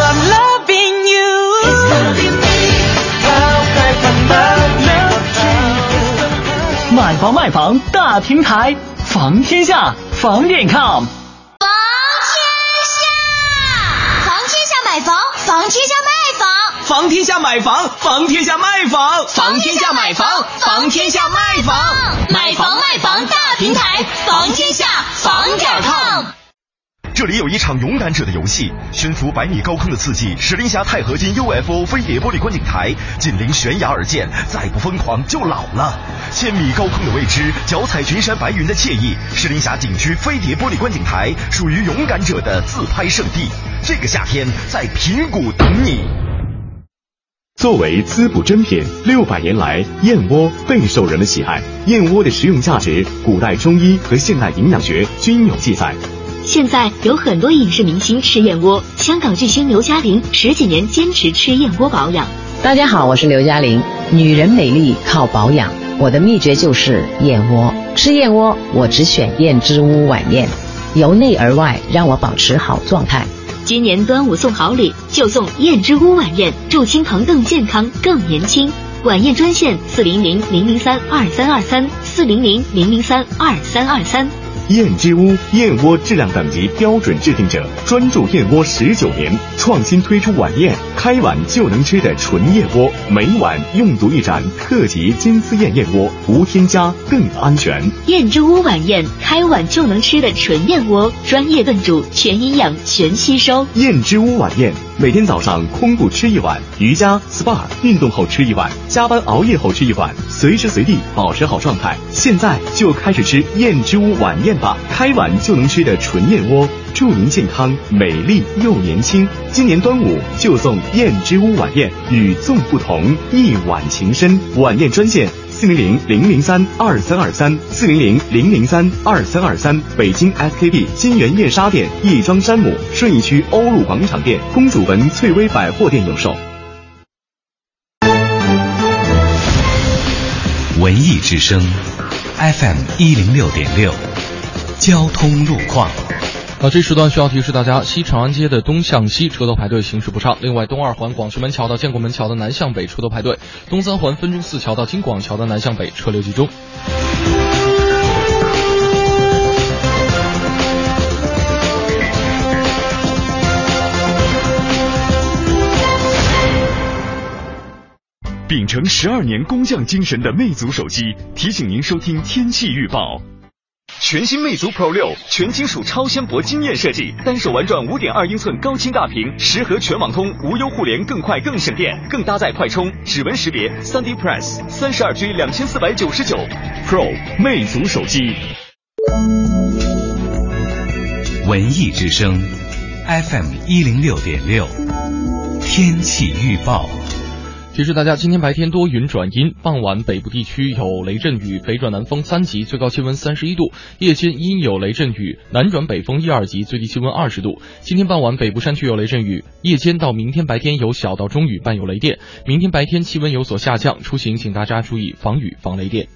[SPEAKER 3] I'm loving you。It's gonna be me。抛开烦恼，
[SPEAKER 9] 买房卖房大平台，房天下，房点 com。
[SPEAKER 10] 房天下，房天下买房，房天下卖房，
[SPEAKER 3] 房天下买房，房天下卖房，房天下买房，房天下卖房，
[SPEAKER 10] 买房卖房大平台，房天下房点儿 com。
[SPEAKER 11] 这里有一场勇敢者的游戏，悬浮百米高空的刺激，石林峡钛合金 UFO 飞碟玻璃观景台，紧邻悬崖而建，再不疯狂就老了。千米高空的未知，脚踩群山白云的惬意，石林峡景区飞碟玻璃观景台属于勇敢者的自拍圣地。这个夏天，在平谷等你。
[SPEAKER 12] 作为滋补珍品，六百年来燕窝备受人们喜爱。燕窝的食用价值，古代中医和现代营养学均有记载。
[SPEAKER 8] 现在有很多影视明星吃燕窝，香港巨星刘嘉玲十几年坚持吃燕窝保养。
[SPEAKER 13] 大家好，我是刘嘉玲。女人美丽靠保养，我的秘诀就是燕窝。吃燕窝，我只选燕之屋晚宴，由内而外让我保持好状态。
[SPEAKER 8] 今年端午送好礼，就送燕之屋晚宴，祝亲朋更健康、更年轻。晚宴专线四零零零零三二三二三四零零零零三二三二三。
[SPEAKER 12] 燕之屋燕窝质量等级标准制定者，专注燕窝十九年，创新推出晚宴，开碗就能吃的纯燕窝，每碗用足一盏特级金丝燕燕窝，无添加更安全。
[SPEAKER 8] 燕之屋晚宴，开碗就能吃的纯燕窝，专业炖煮，全营养，全吸收。
[SPEAKER 12] 燕之屋晚宴，每天早上空腹吃一碗，瑜伽、SPA、运动后吃一碗，加班熬夜后吃一碗，随时随地保持好状态。现在就开始吃燕之屋晚宴吧，开碗就能吃的纯燕窝，祝您健康、美丽又年轻。今年端午就送燕之屋晚宴，与众不同，一碗情深。晚宴专线。四零零零零三二三二三，四零零零零三二三二三，北京 SKP 金源燕莎店、亦庄山姆、顺义区欧陆广场店、公主坟翠微百货店有售。
[SPEAKER 14] 文艺之声，FM 一零六点六，交通路况。
[SPEAKER 1] 那这时段需要提示大家，西长安街的东向西车头排队，行驶不畅。另外，东二环广渠门桥到建国门桥的南向北车头排队，东三环分钟寺桥到金广桥的南向北车流集中。
[SPEAKER 12] 秉承十二年工匠精神的魅族手机提醒您收听天气预报。
[SPEAKER 11] 全新魅族 Pro 六，全金属超纤薄惊艳设计，单手玩转五点二英寸高清大屏，十核全网通，无忧互联，更快更省电，更搭载快充、指纹识别、三 D Press，三十二 G 两千四百九十九，Pro 魅族手机。
[SPEAKER 14] 文艺之声，FM 一零六点六，天气预报。
[SPEAKER 1] 提示大家，今天白天多云转阴，傍晚北部地区有雷阵雨，北转南风三级，最高气温三十一度；夜间阴有雷阵雨，南转北风一二级，最低气温二十度。今天傍晚北部山区有雷阵雨，夜间到明天白天有小到中雨伴有雷电，明天白天气温有所下降，出行请大家注意防雨防雷电。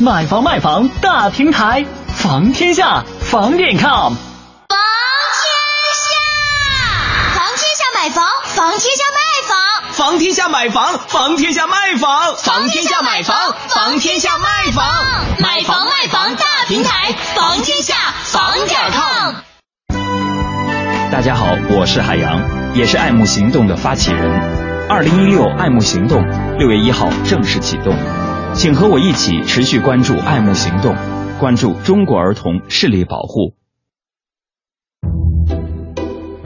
[SPEAKER 9] 买房卖房大平台，房天下，房点 com。
[SPEAKER 15] 买房，房天下卖房，
[SPEAKER 16] 房天下买房，房天下卖房，
[SPEAKER 15] 房天下买房，房天下卖房，买房卖房大平台，房天下房点 com。
[SPEAKER 17] 大家好，我是海洋，也是爱慕行动的发起人。二零一六爱慕行动六月一号正式启动，请和我一起持续关注爱慕行动，关注中国儿童视力保护。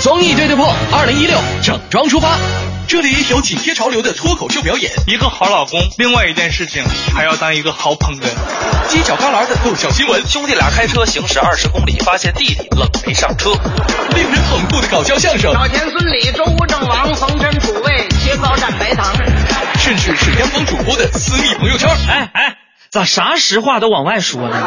[SPEAKER 18] 综艺对对碰，二零一六整装出发，这里有紧贴潮流的脱口秀表演，
[SPEAKER 19] 一个好老公，另外一件事情还要当一个好捧哏，
[SPEAKER 18] 犄角旮旯的逗笑新闻，
[SPEAKER 20] 兄弟俩开车行驶二十公里，发现弟弟冷没上车，
[SPEAKER 18] 令人捧腹的搞笑相声，
[SPEAKER 21] 老田、孙李、周吴、郑王、冯陈、楚卫、薛高、占白糖，
[SPEAKER 18] 甚至是央广主播的私密朋友圈。
[SPEAKER 22] 哎哎，咋啥实话都往外说呢？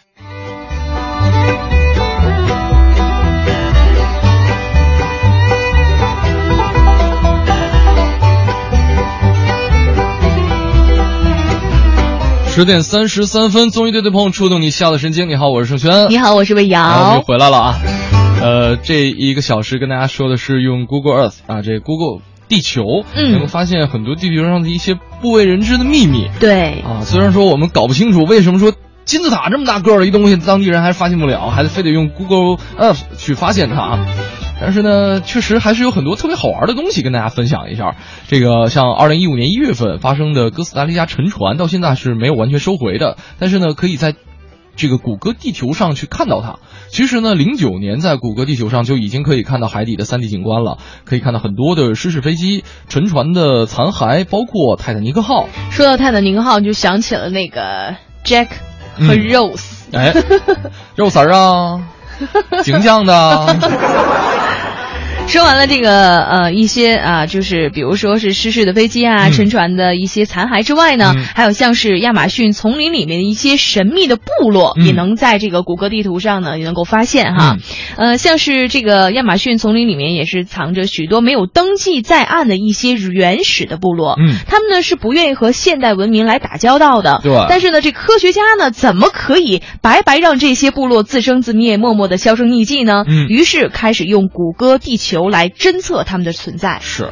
[SPEAKER 1] 十点三十三分，综艺对对碰，触动你笑的神经。你好，我是盛轩。
[SPEAKER 2] 你好，我是魏瑶。
[SPEAKER 1] 哎我们又回来了啊。呃，这一个小时跟大家说的是用 Google Earth 啊，这 Google 地球，
[SPEAKER 2] 嗯
[SPEAKER 1] 能够发现很多地球上的一些不为人知的秘密。
[SPEAKER 2] 对，
[SPEAKER 1] 啊，虽然说我们搞不清楚为什么说金字塔这么大个儿的一东西，当地人还发现不了，还得非得用 Google Earth 去发现它啊。但是呢，确实还是有很多特别好玩的东西跟大家分享一下。这个像二零一五年一月份发生的哥斯达黎加沉船，到现在是没有完全收回的，但是呢，可以在这个谷歌地球上去看到它。其实呢，零九年在谷歌地球上就已经可以看到海底的三 D 景观了，可以看到很多的失事飞机、沉船的残骸，包括泰坦尼克号。
[SPEAKER 2] 说到泰坦尼克号，就想起了那个 Jack 和
[SPEAKER 1] 嗯
[SPEAKER 2] Rose，、
[SPEAKER 1] 哎，肉丝儿啊，京酱的啊，
[SPEAKER 2] [LAUGHS] 说完了这个呃一些啊、就是比如说是失事的飞机啊、
[SPEAKER 1] 嗯
[SPEAKER 2] 沉船的一些残骸之外呢，还有像是亚马逊丛林里面的一些神秘的部落，
[SPEAKER 4] 嗯
[SPEAKER 2] 也能在这个谷歌地图上呢也能够发现哈。
[SPEAKER 1] 嗯
[SPEAKER 2] 呃，像是这个亚马逊丛林里面也是藏着许多没有登记在案的一些原始的部落，
[SPEAKER 1] 嗯
[SPEAKER 2] 他们呢是不愿意和现代文明来打交道的，
[SPEAKER 1] 对
[SPEAKER 2] 但是呢，这科学家呢怎么可以白白让这些部落自生自灭、默默的销声匿迹呢？
[SPEAKER 1] 嗯
[SPEAKER 2] 于是开始用谷歌地球来侦测他们的存在。
[SPEAKER 1] 是。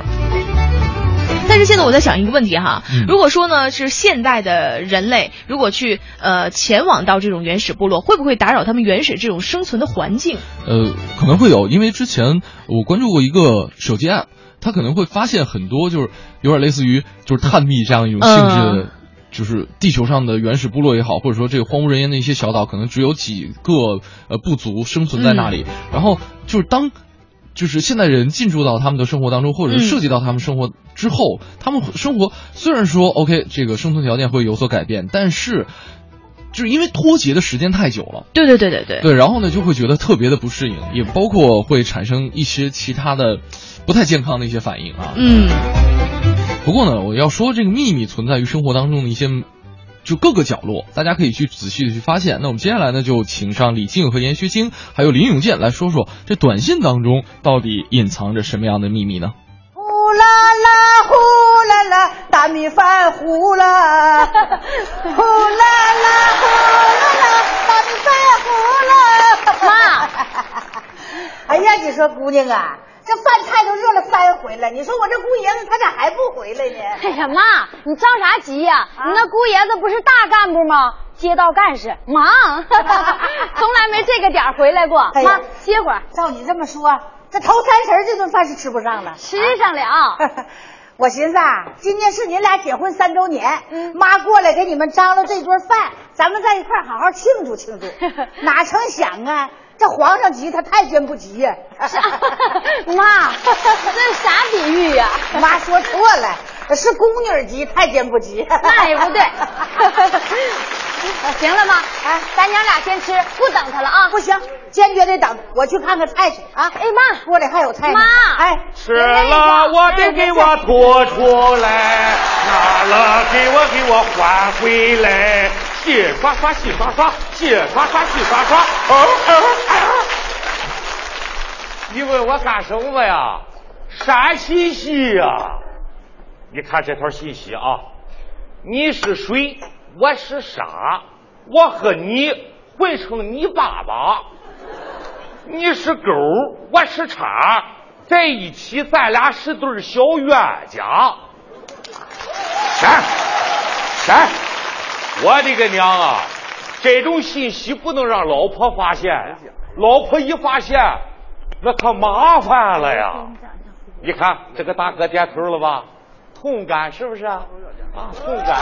[SPEAKER 2] 但是现在我在想一个问题哈，
[SPEAKER 1] 嗯
[SPEAKER 2] 如果说呢是现代的人类，如果去呃前往到这种原始部落，会不会打扰他们原始这种生存的环境？
[SPEAKER 1] 呃，可能会有，因为之前我关注过一个手机 app，它可能会发现很多就是有点类似于就是探秘这样一种性质的。
[SPEAKER 2] 嗯
[SPEAKER 1] 就是地球上的原始部落也好，或者说这个荒无人烟的一些小岛，可能只有几个呃部族生存在那里。
[SPEAKER 2] 嗯
[SPEAKER 1] 然后就是当，就是现代人进入到他们的生活当中，或者是
[SPEAKER 2] 嗯
[SPEAKER 1] 涉及到他们生活之后，他们生活虽然说 OK 这个生存条件会有所改变，但是就是因为脱节的时间太久了，
[SPEAKER 2] 对对对对对。
[SPEAKER 1] 对，然后呢就会觉得特别的不适应，也包括会产生一些其他的不太健康的一些反应啊。
[SPEAKER 2] 嗯，
[SPEAKER 1] 不过呢，我要说这个秘密存在于生活当中的一些。就各个角落，大家可以去仔细的去发现。那我们接下来呢，就请上李静和闫学晶，还有林永健来说说这短信当中到底隐藏着什么样的秘密呢？
[SPEAKER 4] 呼啦啦，呼啦啦，大米饭糊啦，呼啦啦，呼啦啦，大米饭糊啦。妈， [LAUGHS] 哎呀，你说姑娘啊，这饭菜都热了三回了，你说我这姑爷子他咋还不回来呢？啊
[SPEAKER 23] 哎呀妈，你着啥急呀、你那姑爷子不是大干部吗？街道干事，忙，
[SPEAKER 4] [LAUGHS]
[SPEAKER 23] 从来没这个点儿回来过。
[SPEAKER 4] 哎呀
[SPEAKER 23] 妈，歇会儿。
[SPEAKER 4] 照你这么说，这头三十儿这顿饭是吃不
[SPEAKER 23] [LAUGHS]
[SPEAKER 4] 上了，吃
[SPEAKER 23] 上了。
[SPEAKER 4] [LAUGHS] 我寻思啊，今天是你俩结婚三周年，妈过来给你们张罗这桌饭，咱们在一块儿好好庆祝庆祝。哪成想啊，这皇上急他太监不急呀、
[SPEAKER 23] [LAUGHS] 妈，这是啥比喻呀、
[SPEAKER 4] 妈说错了，是宫女急，太监不急。
[SPEAKER 23] 那也不
[SPEAKER 4] [LAUGHS]
[SPEAKER 23] 对。行了妈，哎，咱娘俩先吃，不等他了啊。
[SPEAKER 4] 不行，坚决得等，我去看看菜去啊！
[SPEAKER 23] 哎妈，
[SPEAKER 4] 锅里还有菜呢。
[SPEAKER 23] 妈
[SPEAKER 4] 哎，
[SPEAKER 6] 吃了我得给我拖出来，拿了给我给我还回来，洗刷刷洗刷刷洗刷刷洗刷刷。哦哦哦！你问我干什么呀？陕西戏呀、你看这条信息啊，你是谁？我是傻，我和你混成你爸爸。你是狗，我是叉，在一起咱俩是对儿小冤家。闪闪！哎我的个娘啊！这种信息不能让老婆发现，老婆一发现，那可麻烦了呀。你看这个大哥点头了吧？痛感是不是啊？啊，痛感。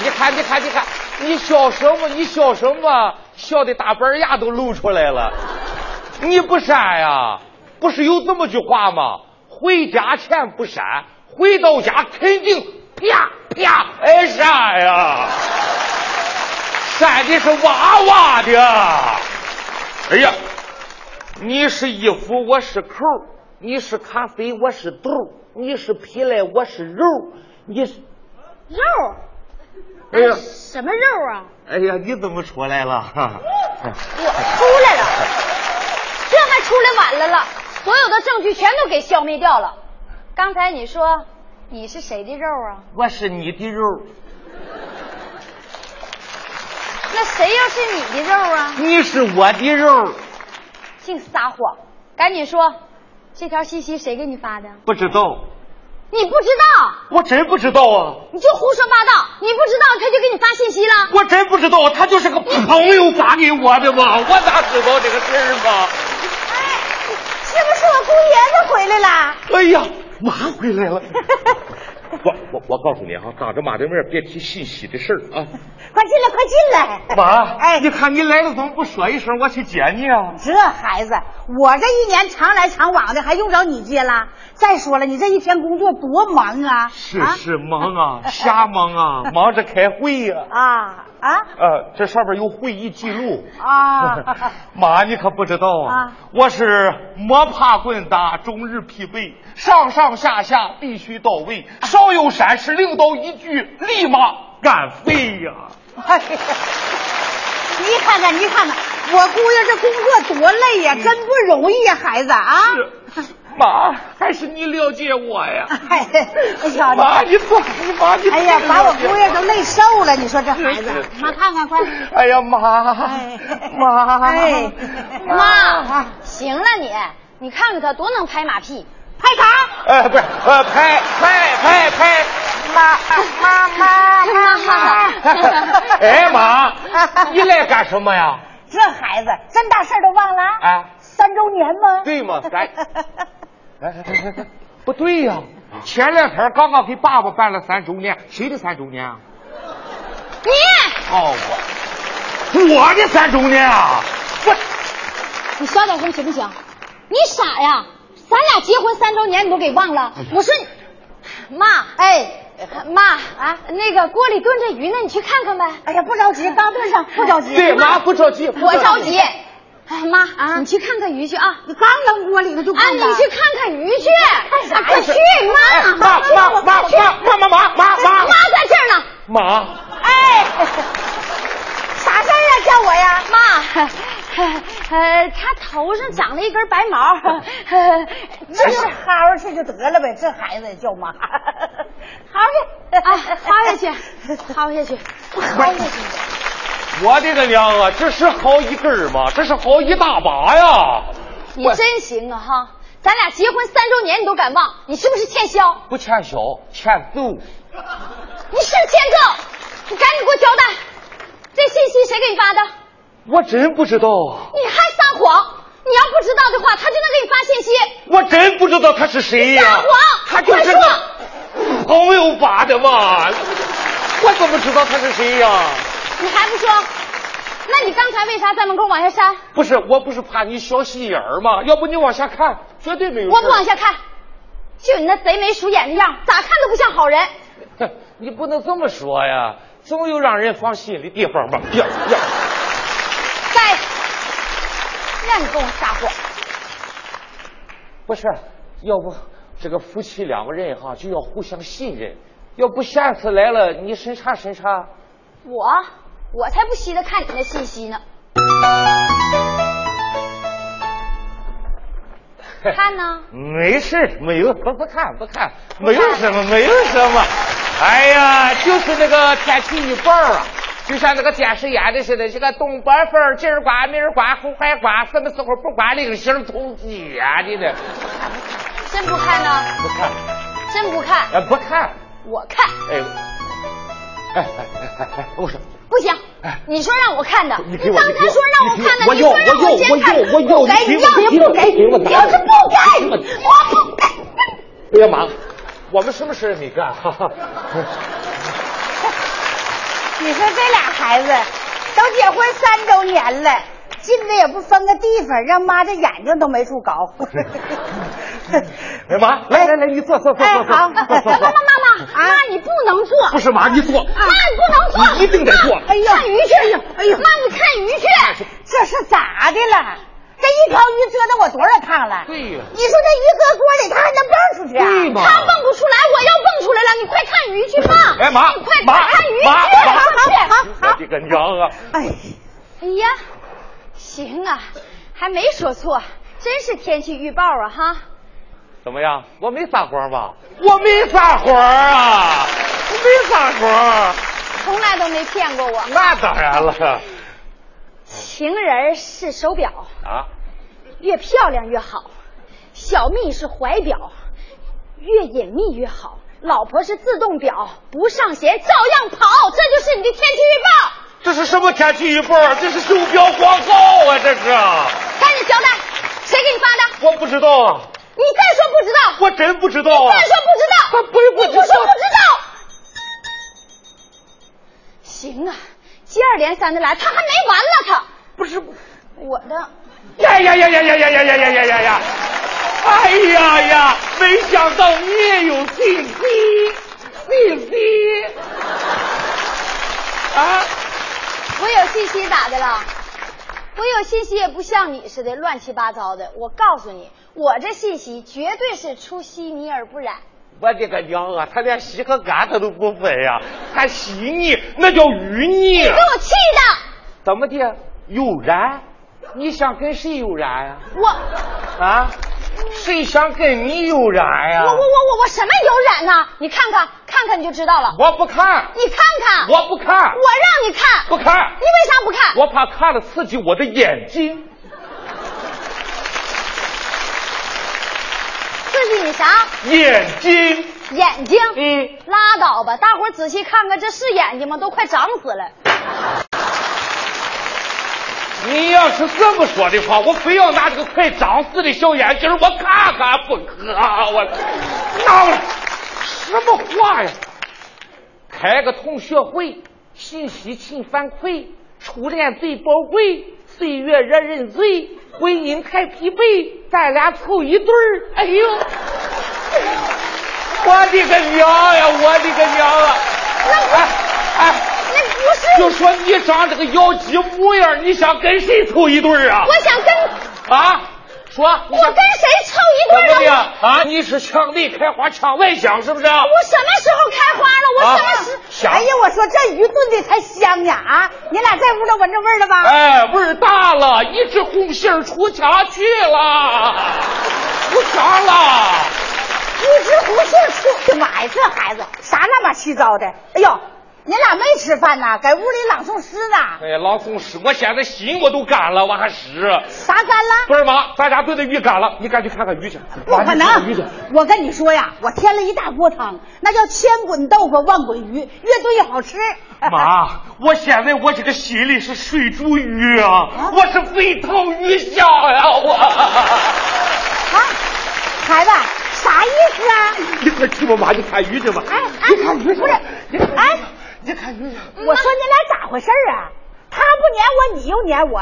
[SPEAKER 6] 你看，你看，你看，你笑什么？你笑什么？笑的大板牙都露出来了。你不删呀？不是有这么句话吗？回家前不删，回到家肯定啪啪哎挨删呀。删的是哇哇的。哎呀，你是衣服，我是扣儿；你是咖啡，我是豆儿；你是皮来，我是肉儿；你是
[SPEAKER 23] 肉，
[SPEAKER 6] 哎呀，
[SPEAKER 23] 什么肉啊？
[SPEAKER 6] 哎呀，你怎么出来了？
[SPEAKER 23] 我出来了，这还出来晚了了，所有的证据全都给消灭掉了。刚才你说你是谁的肉啊？
[SPEAKER 6] 我是你的肉，
[SPEAKER 23] 那谁又是你的肉啊？
[SPEAKER 6] 你是我的肉。
[SPEAKER 23] 净撒谎！赶紧说，这条信息谁给你发的？
[SPEAKER 6] 不知道，
[SPEAKER 23] 你不知道，
[SPEAKER 6] 我真不知道啊，
[SPEAKER 23] 你就胡说八道。你不知道，他就给你发信息了。
[SPEAKER 6] 我真不知道，他就是个朋友发给我的嘛，我哪知道这个事儿嘛？
[SPEAKER 4] 哎是不是我姑爷子回来了？
[SPEAKER 6] 哎呀，妈回来
[SPEAKER 4] [LAUGHS]
[SPEAKER 6] 了！我我我告诉你啊，当着妈的面别提信息的事儿
[SPEAKER 4] 快
[SPEAKER 6] 啊！
[SPEAKER 4] 进来，快进来！
[SPEAKER 6] 妈，哎，你看你来了，怎么不说一声，我去接你啊？
[SPEAKER 4] 这孩子，我这一年常来常往的，还用着你接啦？再说了，你这一天工作多忙啊！
[SPEAKER 6] 是是忙啊，瞎忙啊，忙着开会呀！
[SPEAKER 4] 啊啊！
[SPEAKER 6] 呃，这上面有会议记录
[SPEAKER 4] 啊！
[SPEAKER 6] 妈，你可不知道啊，我是摸爬滚打，终日疲惫，上上下下必须到位，稍有闪失，领导一句，立马干废呀！
[SPEAKER 4] [LAUGHS] 哎呀，你看看，你看看，我姑爷这工作多累呀，真不容易呀，孩子啊！
[SPEAKER 6] 嗯
[SPEAKER 4] [LAUGHS]
[SPEAKER 6] 妈，还是你了解我呀！
[SPEAKER 4] 哎呀，
[SPEAKER 6] 妈，你咋你妈你
[SPEAKER 4] 哎呀，把我姑爷都累瘦了，你说这孩子，妈看看快！
[SPEAKER 6] 哎呀妈，妈，
[SPEAKER 4] 哎，
[SPEAKER 23] 哎妈， [LAUGHS] 行了你，你看看他多能拍马屁，
[SPEAKER 4] 拍啥？
[SPEAKER 6] 哎，不是，呃，拍拍拍拍，
[SPEAKER 4] 妈妈妈妈
[SPEAKER 23] [LAUGHS]
[SPEAKER 6] 妈！哎妈，你来干什么呀？
[SPEAKER 4] 这孩子真大事都忘了
[SPEAKER 6] 啊！
[SPEAKER 4] 三周年吗？
[SPEAKER 6] 对吗？来，哎来来来来，哎不对呀、前两天刚刚给爸爸办了三周年，谁的三周年啊？
[SPEAKER 23] 你啊
[SPEAKER 6] 哦，我我的三周年啊！我
[SPEAKER 23] 你小点声行不行？你傻呀？咱俩结婚三周年你都给忘
[SPEAKER 6] 哎
[SPEAKER 23] 了？我说你，妈，哎。妈啊，那个锅里炖着鱼呢，你去看看呗。嗯
[SPEAKER 4] 哎呀，不着急，刚炖上，不着急。
[SPEAKER 6] 对，妈不着急，不
[SPEAKER 23] 我着急。哎妈啊，你去看看鱼去啊！
[SPEAKER 4] 你刚扔锅里头就
[SPEAKER 23] 啊，你去看看鱼去，
[SPEAKER 4] 干哎啥呀
[SPEAKER 23] 快去，妈！
[SPEAKER 6] 哎妈妈妈妈妈妈妈妈妈
[SPEAKER 23] 妈在这儿呢。
[SPEAKER 6] 妈，
[SPEAKER 4] 哎， [LAUGHS] 啥事儿啊？叫我呀？
[SPEAKER 23] 妈，呃，他头上长了一根白
[SPEAKER 4] [LAUGHS]
[SPEAKER 23] 毛，呃
[SPEAKER 4] 那就是薅去就得了呗，这孩子也叫 [LAUGHS] 妈。哎
[SPEAKER 23] 薅去，啊，薅下去，
[SPEAKER 4] [LAUGHS]
[SPEAKER 23] 薅下去，薅下去。
[SPEAKER 6] 我的个娘啊！这是薅一根儿吗？这是薅一大把呀！
[SPEAKER 23] 你真行啊哈！咱俩结婚三周年你都敢忘，你是不是欠削？
[SPEAKER 6] 不欠小，欠揍。
[SPEAKER 23] 你是欠揍！你赶紧给我交代，这信息谁给你发的？
[SPEAKER 6] 我真不知道啊！
[SPEAKER 23] 你还撒谎！你要不知道的话，他就能给你发信息。
[SPEAKER 6] 我真不知道他是谁呀、
[SPEAKER 23] 撒谎！
[SPEAKER 6] 他就
[SPEAKER 23] 快
[SPEAKER 6] 是个
[SPEAKER 23] 说
[SPEAKER 6] 朋友发的嘛！我怎么知道他是谁呀、
[SPEAKER 23] 你还不说？那你刚才为啥在门口往下删？
[SPEAKER 6] 不是，我不是怕你小心眼儿吗？要不你往下看，绝对没有事。
[SPEAKER 23] 我不往下看，就你那贼眉鼠眼的样，咋看都不像好人。
[SPEAKER 6] 哼，你不能这么说呀，总有让人放心的地方吧？呀呀！
[SPEAKER 23] 该死，让你跟我撒谎。
[SPEAKER 6] 不是，要不这个夫妻两个人哈就要互相信任，要不下次来了你审查审查。
[SPEAKER 23] 我我才不稀得看你那信息呢。看呢？
[SPEAKER 6] 没事儿，没有，不不看不看，没有什么，没有什么。哎呀，就是那个天气预报啊，就像那个电视演的似的，这个东北风，今儿刮，明儿刮，后还刮，什么时候不刮零星通缉呀？你这
[SPEAKER 23] 真不看呢？
[SPEAKER 6] 不看，
[SPEAKER 23] 真不看？
[SPEAKER 6] 哎，不看，
[SPEAKER 23] 我看
[SPEAKER 6] 哎，哎哎哎哎哎，我说。
[SPEAKER 23] 不行。你说让我看的，
[SPEAKER 6] 哎你
[SPEAKER 23] 你
[SPEAKER 6] 给我
[SPEAKER 23] 刚才说让我看的，
[SPEAKER 6] 我
[SPEAKER 23] 你
[SPEAKER 6] 要
[SPEAKER 13] 说
[SPEAKER 6] 我
[SPEAKER 13] 让
[SPEAKER 6] 要
[SPEAKER 13] 我先
[SPEAKER 6] 我
[SPEAKER 13] 看
[SPEAKER 6] 要我要，
[SPEAKER 13] 不给
[SPEAKER 6] 你
[SPEAKER 13] 你要
[SPEAKER 6] 给
[SPEAKER 13] 你
[SPEAKER 6] 我
[SPEAKER 13] 不
[SPEAKER 6] 给
[SPEAKER 13] 给
[SPEAKER 6] 我
[SPEAKER 13] 你要是不给
[SPEAKER 6] 我
[SPEAKER 4] 我不给。
[SPEAKER 6] 哎呀妈，我们什么事也没干，哈哈。
[SPEAKER 4] 你说这俩孩子都结婚三周年了，进的也不分个地方，让妈这眼睛都没处
[SPEAKER 6] [LAUGHS]
[SPEAKER 4] 搞。
[SPEAKER 6] 哎妈，来来来，你坐坐坐
[SPEAKER 4] 哎
[SPEAKER 6] 坐坐，
[SPEAKER 4] 好
[SPEAKER 6] 坐
[SPEAKER 23] 妈妈
[SPEAKER 6] 坐坐。
[SPEAKER 23] 妈妈，妈你不能坐，
[SPEAKER 6] 不是妈，你坐，啊
[SPEAKER 23] 妈你不能坐，
[SPEAKER 6] 你一定得坐哎
[SPEAKER 23] 妈看鱼去，哎呀，妈你看鱼去，
[SPEAKER 4] 这是咋的了？这一条鱼折腾我多少趟了？
[SPEAKER 6] 对呀
[SPEAKER 4] 你说这鱼搁锅里，它还能蹦出去啊？
[SPEAKER 6] 对嘛
[SPEAKER 23] 他蹦不出来，我要蹦出来了，你快看鱼去，妈，
[SPEAKER 6] 哎妈
[SPEAKER 23] 你快，
[SPEAKER 6] 妈
[SPEAKER 23] 快看鱼去，
[SPEAKER 6] 妈妈
[SPEAKER 23] 快去，
[SPEAKER 6] 我的个娘啊！
[SPEAKER 4] 哎，
[SPEAKER 23] 哎呀，行啊，还没说错，真是天气预报啊哈，
[SPEAKER 6] 怎么样？我没撒谎吧？我没撒谎啊，我没撒谎，
[SPEAKER 23] 从来都没骗过我。
[SPEAKER 6] 那当然了
[SPEAKER 23] 情人是手表，
[SPEAKER 6] 啊。
[SPEAKER 23] 越漂亮越好，小蜜是怀表，越隐秘越好。老婆是自动表，不上鞋照样跑，这就是你的天气预报。
[SPEAKER 6] 这是什么天气预报？这是袖标广告啊！这是。
[SPEAKER 23] 赶紧交代，谁给你发的？
[SPEAKER 6] 我不知道啊。
[SPEAKER 23] 你再说不知道，
[SPEAKER 6] 我真不知道啊。
[SPEAKER 23] 再说不知道，
[SPEAKER 6] 不是不知
[SPEAKER 23] 你就说不。
[SPEAKER 6] 道
[SPEAKER 23] 知道。行啊，接二连三的来，他还没完了，他
[SPEAKER 6] 不是
[SPEAKER 23] 我的。
[SPEAKER 6] 呀呀呀呀呀呀呀呀呀呀呀呀！哎呀呀，没想到你也有弟弟，弟弟啊！
[SPEAKER 23] 我有信息咋的了？我有信息也不像你似的乱七八糟的。我告诉你，我这信息绝对是出淤泥而不染。
[SPEAKER 6] 我的个娘啊，他连稀和干他都不分呀、还稀腻，那叫淤泥啊
[SPEAKER 23] 给。我气的！
[SPEAKER 6] 怎么的？有染？你想跟谁有染呀、
[SPEAKER 23] 我
[SPEAKER 6] 啊？谁想跟你有染呀、
[SPEAKER 23] 我我我我我什么有染啊呐？你看看看看你就知道了。
[SPEAKER 6] 我不看，
[SPEAKER 23] 你看看，
[SPEAKER 6] 我不看，
[SPEAKER 23] 我让你看，
[SPEAKER 6] 不看
[SPEAKER 23] 你为啥不看？
[SPEAKER 6] 我怕看了刺激我的眼睛。
[SPEAKER 23] 刺激你啥？
[SPEAKER 6] 眼睛，
[SPEAKER 23] 眼睛？
[SPEAKER 6] 嗯，
[SPEAKER 23] 拉倒吧，大伙儿仔细看看，这是眼睛吗？都快长死了。
[SPEAKER 6] 嗯你要是这么说的话，我非要拿这个快长死的小眼睛，我看看不可。啊我拿过来，什么话呀？开个同学会，信息勤反馈，初恋最宝贵，岁月惹人醉，婚姻太疲惫，咱俩凑一对儿。哎呦，我的个娘呀！我的个娘啊！哎哎，
[SPEAKER 23] 那不是，
[SPEAKER 6] 就说你长这个妖姬模样，你想跟谁凑一对儿啊？
[SPEAKER 23] 我想跟，
[SPEAKER 6] 啊，说，我
[SPEAKER 23] 我跟谁凑一对儿
[SPEAKER 6] 怎么的
[SPEAKER 23] 了？
[SPEAKER 6] 啊？你是墙内开花墙外香是不是啊？
[SPEAKER 23] 我什么时候开花了？我什么时？
[SPEAKER 6] 想
[SPEAKER 4] 哎呀，我说这鱼炖的才香呢啊！你俩在屋头闻着味儿了吧？
[SPEAKER 6] 哎，味儿大了，一枝红杏儿出墙去了，出墙了。
[SPEAKER 4] 一枝胡杏出，妈呀，这孩子啥乱八七糟的！哎呦，你俩没吃饭呐，在屋里朗诵诗呢，
[SPEAKER 6] 哎，老公是我现在心我都干了，我还湿。
[SPEAKER 4] 啥干了？
[SPEAKER 6] 不是妈，咱家炖的鱼干了，你赶紧看看鱼去。
[SPEAKER 4] 不可
[SPEAKER 6] 赶紧看看鱼去
[SPEAKER 4] 能！我跟你说呀，我添了一大锅汤，那叫千滚豆腐万滚鱼，越炖越好吃。
[SPEAKER 6] 妈，我现在我这个心里是水煮鱼啊，我是沸腾鱼虾呀、我。
[SPEAKER 4] 啊，孩子，啥意思啊？
[SPEAKER 6] 你快去吧，妈，你看鱼去
[SPEAKER 23] 啊
[SPEAKER 6] 吧。
[SPEAKER 4] 哎哎
[SPEAKER 6] 你看鱼去吧。
[SPEAKER 4] 不是哎，
[SPEAKER 6] 你看鱼去吧。
[SPEAKER 4] 我说你俩咋回事儿啊？他不撵我，你又撿我，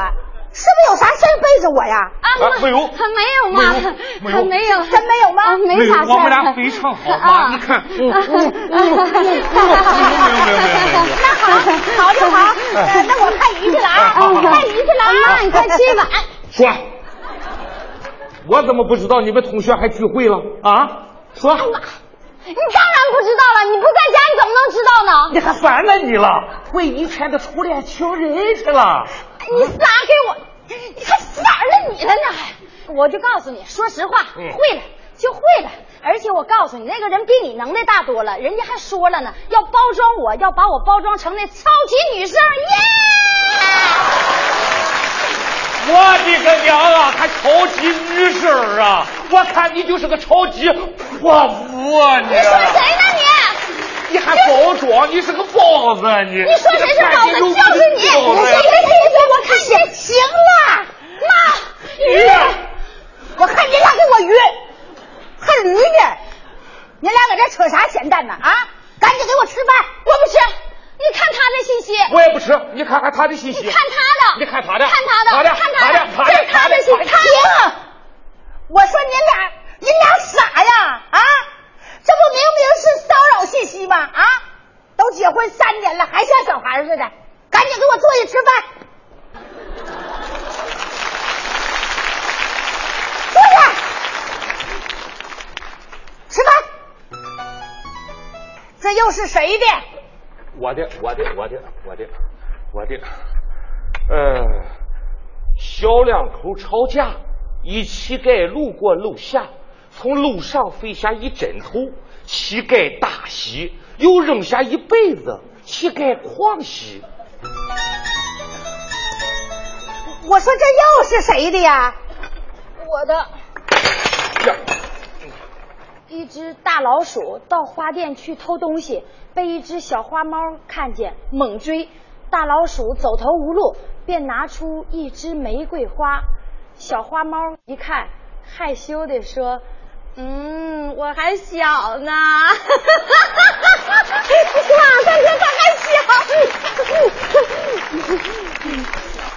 [SPEAKER 4] 是不是有啥事儿背着我呀？
[SPEAKER 23] 啊
[SPEAKER 6] 啊
[SPEAKER 23] 妈
[SPEAKER 6] 没有
[SPEAKER 23] 他没有妈，
[SPEAKER 6] 没有
[SPEAKER 23] 他没有，
[SPEAKER 4] 真没有吗
[SPEAKER 23] 啊没啥事儿。
[SPEAKER 6] 哎我们俩非常好妈
[SPEAKER 23] 啊
[SPEAKER 6] 你看
[SPEAKER 23] 啊
[SPEAKER 6] 嗯嗯嗯嗯嗯嗯
[SPEAKER 4] 那好，好就好，呃那我看鱼去了啊，我看鱼去了啊。
[SPEAKER 23] 妈，你快去吧。哎
[SPEAKER 6] 说，我怎么不知道你们同学还聚会了啊？说，
[SPEAKER 23] 你当然不知道了，你不在家你怎么能知道呢？
[SPEAKER 6] 你还烦了你了，为你前的初恋情人去了。
[SPEAKER 23] 你撒给我，你还撒了你了呢？还，我就告诉你，说实话，
[SPEAKER 6] 嗯
[SPEAKER 23] 会了就会了。而且我告诉你，那个人比你能耐大多了，人家还说了呢，要包装我，要把我包装成那超级女生，耶！
[SPEAKER 6] 我的个娘啊，还超级女生啊！我看你就是个超级泼妇啊你！
[SPEAKER 23] 你说谁呢你？
[SPEAKER 6] 你还包装，你是个包子啊你！
[SPEAKER 23] 你说谁是包子？就是你！你
[SPEAKER 6] 个包子呀
[SPEAKER 23] 谁谁谁说我看行行了，妈，
[SPEAKER 4] 鱼，我看你俩给我鱼，还驴呢？你俩搁这扯啥闲蛋呢？啊，赶紧给我吃饭！
[SPEAKER 23] 我不吃，你看他的信息。
[SPEAKER 6] 我也不吃，你看看他的信息。
[SPEAKER 23] 你看他的，
[SPEAKER 6] 你看他的，
[SPEAKER 23] 看他的，
[SPEAKER 6] 他的，
[SPEAKER 23] 看
[SPEAKER 6] 他的，
[SPEAKER 23] 的，这是他
[SPEAKER 6] 他的，
[SPEAKER 23] 的信息，他的。
[SPEAKER 4] 我说你俩，你俩傻呀？啊，这不明明是骚扰信息吗？啊，都结婚三年了，还像小孩似的，赶紧给我坐下吃饭。坐下，吃饭。这又是谁的？
[SPEAKER 6] 我的，我的，我的，我的，我的，呃，小两口吵架，一乞丐路过楼下，从楼上飞下一枕头，乞丐大喜，又扔下一被子，乞丐狂喜。
[SPEAKER 4] 我说这又是谁的呀？
[SPEAKER 23] [LAUGHS] 我的，
[SPEAKER 6] 呀，
[SPEAKER 23] 一只大老鼠到花店去偷东西，被一只小花猫看见，猛追。大老鼠走投无路，便拿出一支玫瑰花。小花猫一看，害羞地说：“嗯，我还小呢。” [LAUGHS] 哇，他说他还小。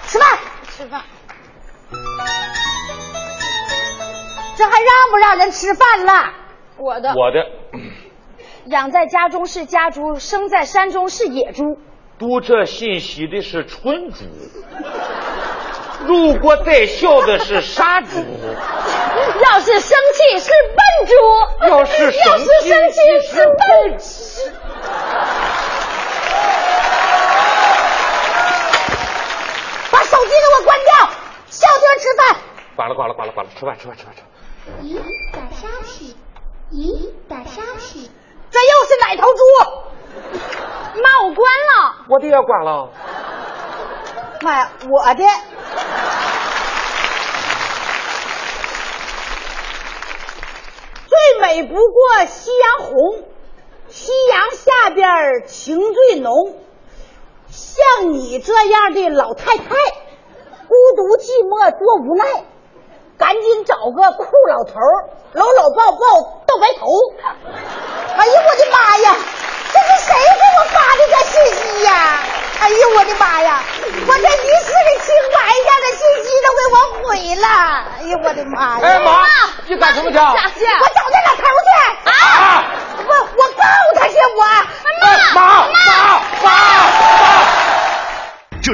[SPEAKER 23] 吃饭，吃饭。
[SPEAKER 4] 这还让不让人吃饭了？
[SPEAKER 23] 我的，
[SPEAKER 6] 我的，
[SPEAKER 23] 养在家中是家猪，生在山中是野猪。
[SPEAKER 6] 读这信息的是春猪，如果在校的是杀猪，
[SPEAKER 23] 要是生气是笨猪，
[SPEAKER 6] 要是
[SPEAKER 23] 要是生气是笨猪。
[SPEAKER 4] 把手机给我关掉，下顿吃饭。
[SPEAKER 6] 挂了挂了挂了挂了，吃饭吃饭吃饭吃饭。
[SPEAKER 24] 咦，打沙皮，咦，打沙皮，
[SPEAKER 4] 这又是哪头猪？
[SPEAKER 23] 妈，我关了。
[SPEAKER 6] 我的也关了。
[SPEAKER 4] 妈呀，我的。最美不过夕阳红，夕阳下边儿情最浓。像你这样的老太太，孤独寂寞多无奈，赶紧找个酷老头儿搂搂抱抱到白头。哎呀，我的妈呀！这是谁给我发的这信息呀、哎呀，我的妈呀！我这一世的清白让这信息都给我毁了！哎呀，我的妈呀！
[SPEAKER 6] 哎妈，你干什么去？我
[SPEAKER 4] 找那老头去！
[SPEAKER 6] 啊！哎
[SPEAKER 4] 我我告他去！我
[SPEAKER 6] 妈妈妈妈！
[SPEAKER 25] 这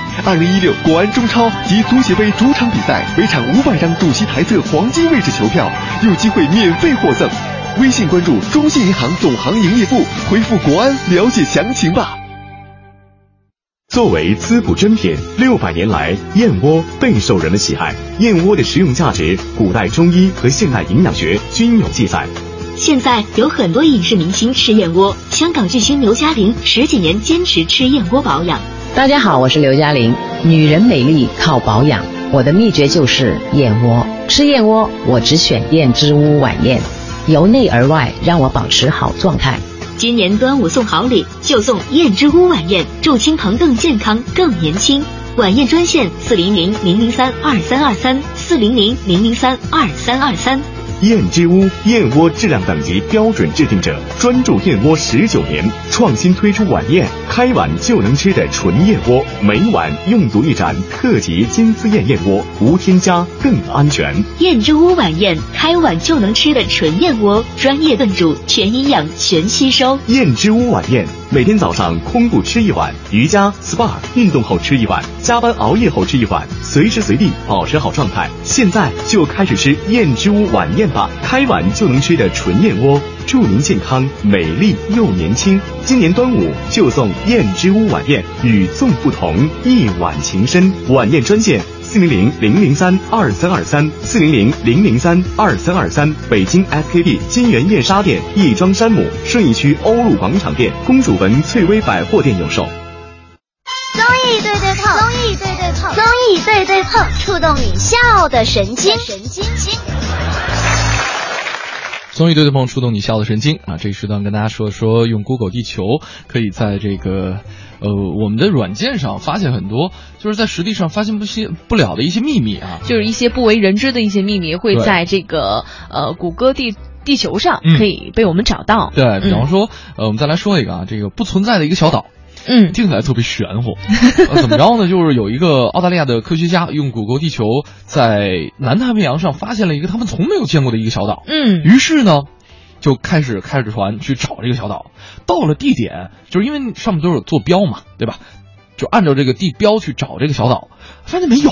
[SPEAKER 12] 二零一六国安中超及足协杯主场比赛，每场五百张主席台侧黄金位置球票，有机会免费获赠。微信关注中信银行总行营业部，回复“国安”了解详情吧。
[SPEAKER 26] 作为滋补珍品，六百年来燕窝备受人们喜爱。燕窝的食用价值，古代中医和现代营养学均有记载。
[SPEAKER 8] 现在有很多影视明星吃燕窝，香港巨星刘嘉玲十几年坚持吃燕窝保养。
[SPEAKER 13] 大家好，我是刘嘉玲。女人美丽靠保养，我的秘诀就是燕窝。吃燕窝，我只选燕之屋晚宴，由内而外让我保持好状态。
[SPEAKER 8] 今年端午送好礼，就送燕之屋晚宴，祝亲朋更健康、更年轻。晚宴专线四零零零零三二三二三四零零零零三二三二三。
[SPEAKER 12] 燕之屋燕窝质量等级标准制定者，专注燕窝十九年，创新推出晚宴开碗就能吃的纯燕窝，每碗用足一盏特级金丝燕燕窝，无添加更安全。
[SPEAKER 8] 燕之屋晚宴开碗就能吃的纯燕窝，专业炖煮，全营养，全吸收。
[SPEAKER 12] 燕之屋晚宴，每天早上空腹吃一碗，瑜伽、SPA、运动后吃一碗，加班熬夜后吃一碗，随时随地保持好状态。现在就开始吃燕之屋晚宴。吧，开碗就能吃的纯燕窝，祝您健康、美丽又年轻。今年端午就送燕之屋晚宴，与众不同，一碗情深。晚宴专线：四零零零零三二三二三，四零零零零三二三二三。北京 SKP 金源燕莎店、亦庄山姆、顺义区欧陆广场店、公主坟翠微百货店有售。
[SPEAKER 24] 综艺对对碰，综艺对对碰，综艺对对碰，触动你笑的神经，神经经。
[SPEAKER 1] 综艺对对碰触动你笑的神经啊！这一时段跟大家说说，用 Google 地球可以在这个呃我们的软件上发现很多，就是在实地上发现不些不了的一些秘密啊，
[SPEAKER 2] 就是一些不为人知的一些秘密，会
[SPEAKER 1] 对
[SPEAKER 2] 在这个呃谷歌地地球上
[SPEAKER 1] 嗯
[SPEAKER 2] 可以被我们找到。
[SPEAKER 1] 对，比方
[SPEAKER 2] 嗯
[SPEAKER 1] 说，呃，我们再来说一个啊，这个不存在的一个小岛。
[SPEAKER 2] 嗯，
[SPEAKER 1] 听起来特别
[SPEAKER 2] [LAUGHS]
[SPEAKER 1] 玄乎，呃怎么着呢？就是有一个澳大利亚的科学家用谷歌地球在南太平洋上发现了一个他们从没有见过的一个小岛，
[SPEAKER 2] 嗯
[SPEAKER 1] 于是呢，就开始开着船去找这个小岛。到了地点，就是因为上面都有坐标嘛，对吧？就按照这个地标去找这个小岛，发现没有，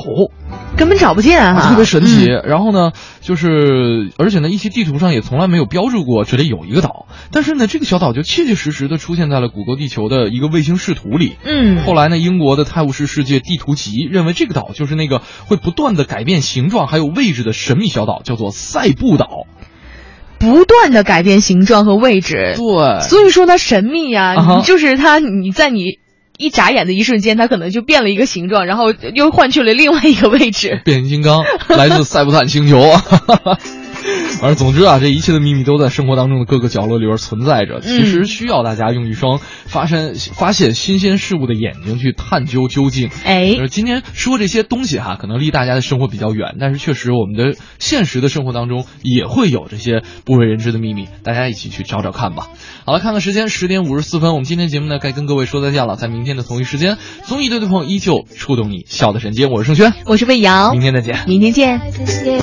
[SPEAKER 2] 根本找不见哈、嗯
[SPEAKER 1] 啊特别神奇。然后呢，就是而且呢，一期地图上也从来没有标注过这里有一个岛，但是呢，这个小岛就切切实实的出现在了谷歌地球的一个卫星视图里。
[SPEAKER 2] 嗯，
[SPEAKER 1] 后来呢，英国的泰晤士世界地图集认为这个岛就是那个会不断的改变形状还有位置的神秘小岛，叫做塞布岛。
[SPEAKER 2] 不断的改变形状和位置，
[SPEAKER 1] 对，
[SPEAKER 2] 所以说它神秘呀、
[SPEAKER 1] 啊哈
[SPEAKER 2] 你就是它，你在你一眨眼的一瞬间，它可能就变了一个形状，然后又换去了另外一个位置。
[SPEAKER 1] [LAUGHS] 变形金刚来自塞伯坦星球 [LAUGHS] 啊。而总之啊，这一切的秘密都在生活当中的各个角落里边存在着。其实需要大家用一双发现发现新鲜事物的眼睛去探究究竟。
[SPEAKER 2] 哎
[SPEAKER 1] 就是今天说这些东西哈、可能离大家的生活比较远，但是确实我们的现实的生活当中也会有这些不为人知的秘密，大家一起去找找看吧。好了，看看时间，十点五十四分，我们今天节目呢该跟各位说再见了。在明天的同一时间，综艺对对碰依旧触动你笑的神经，我是盛轩，
[SPEAKER 2] 我是魏瑶，
[SPEAKER 1] 明天再见。
[SPEAKER 2] 明天见。
[SPEAKER 10] 谢谢。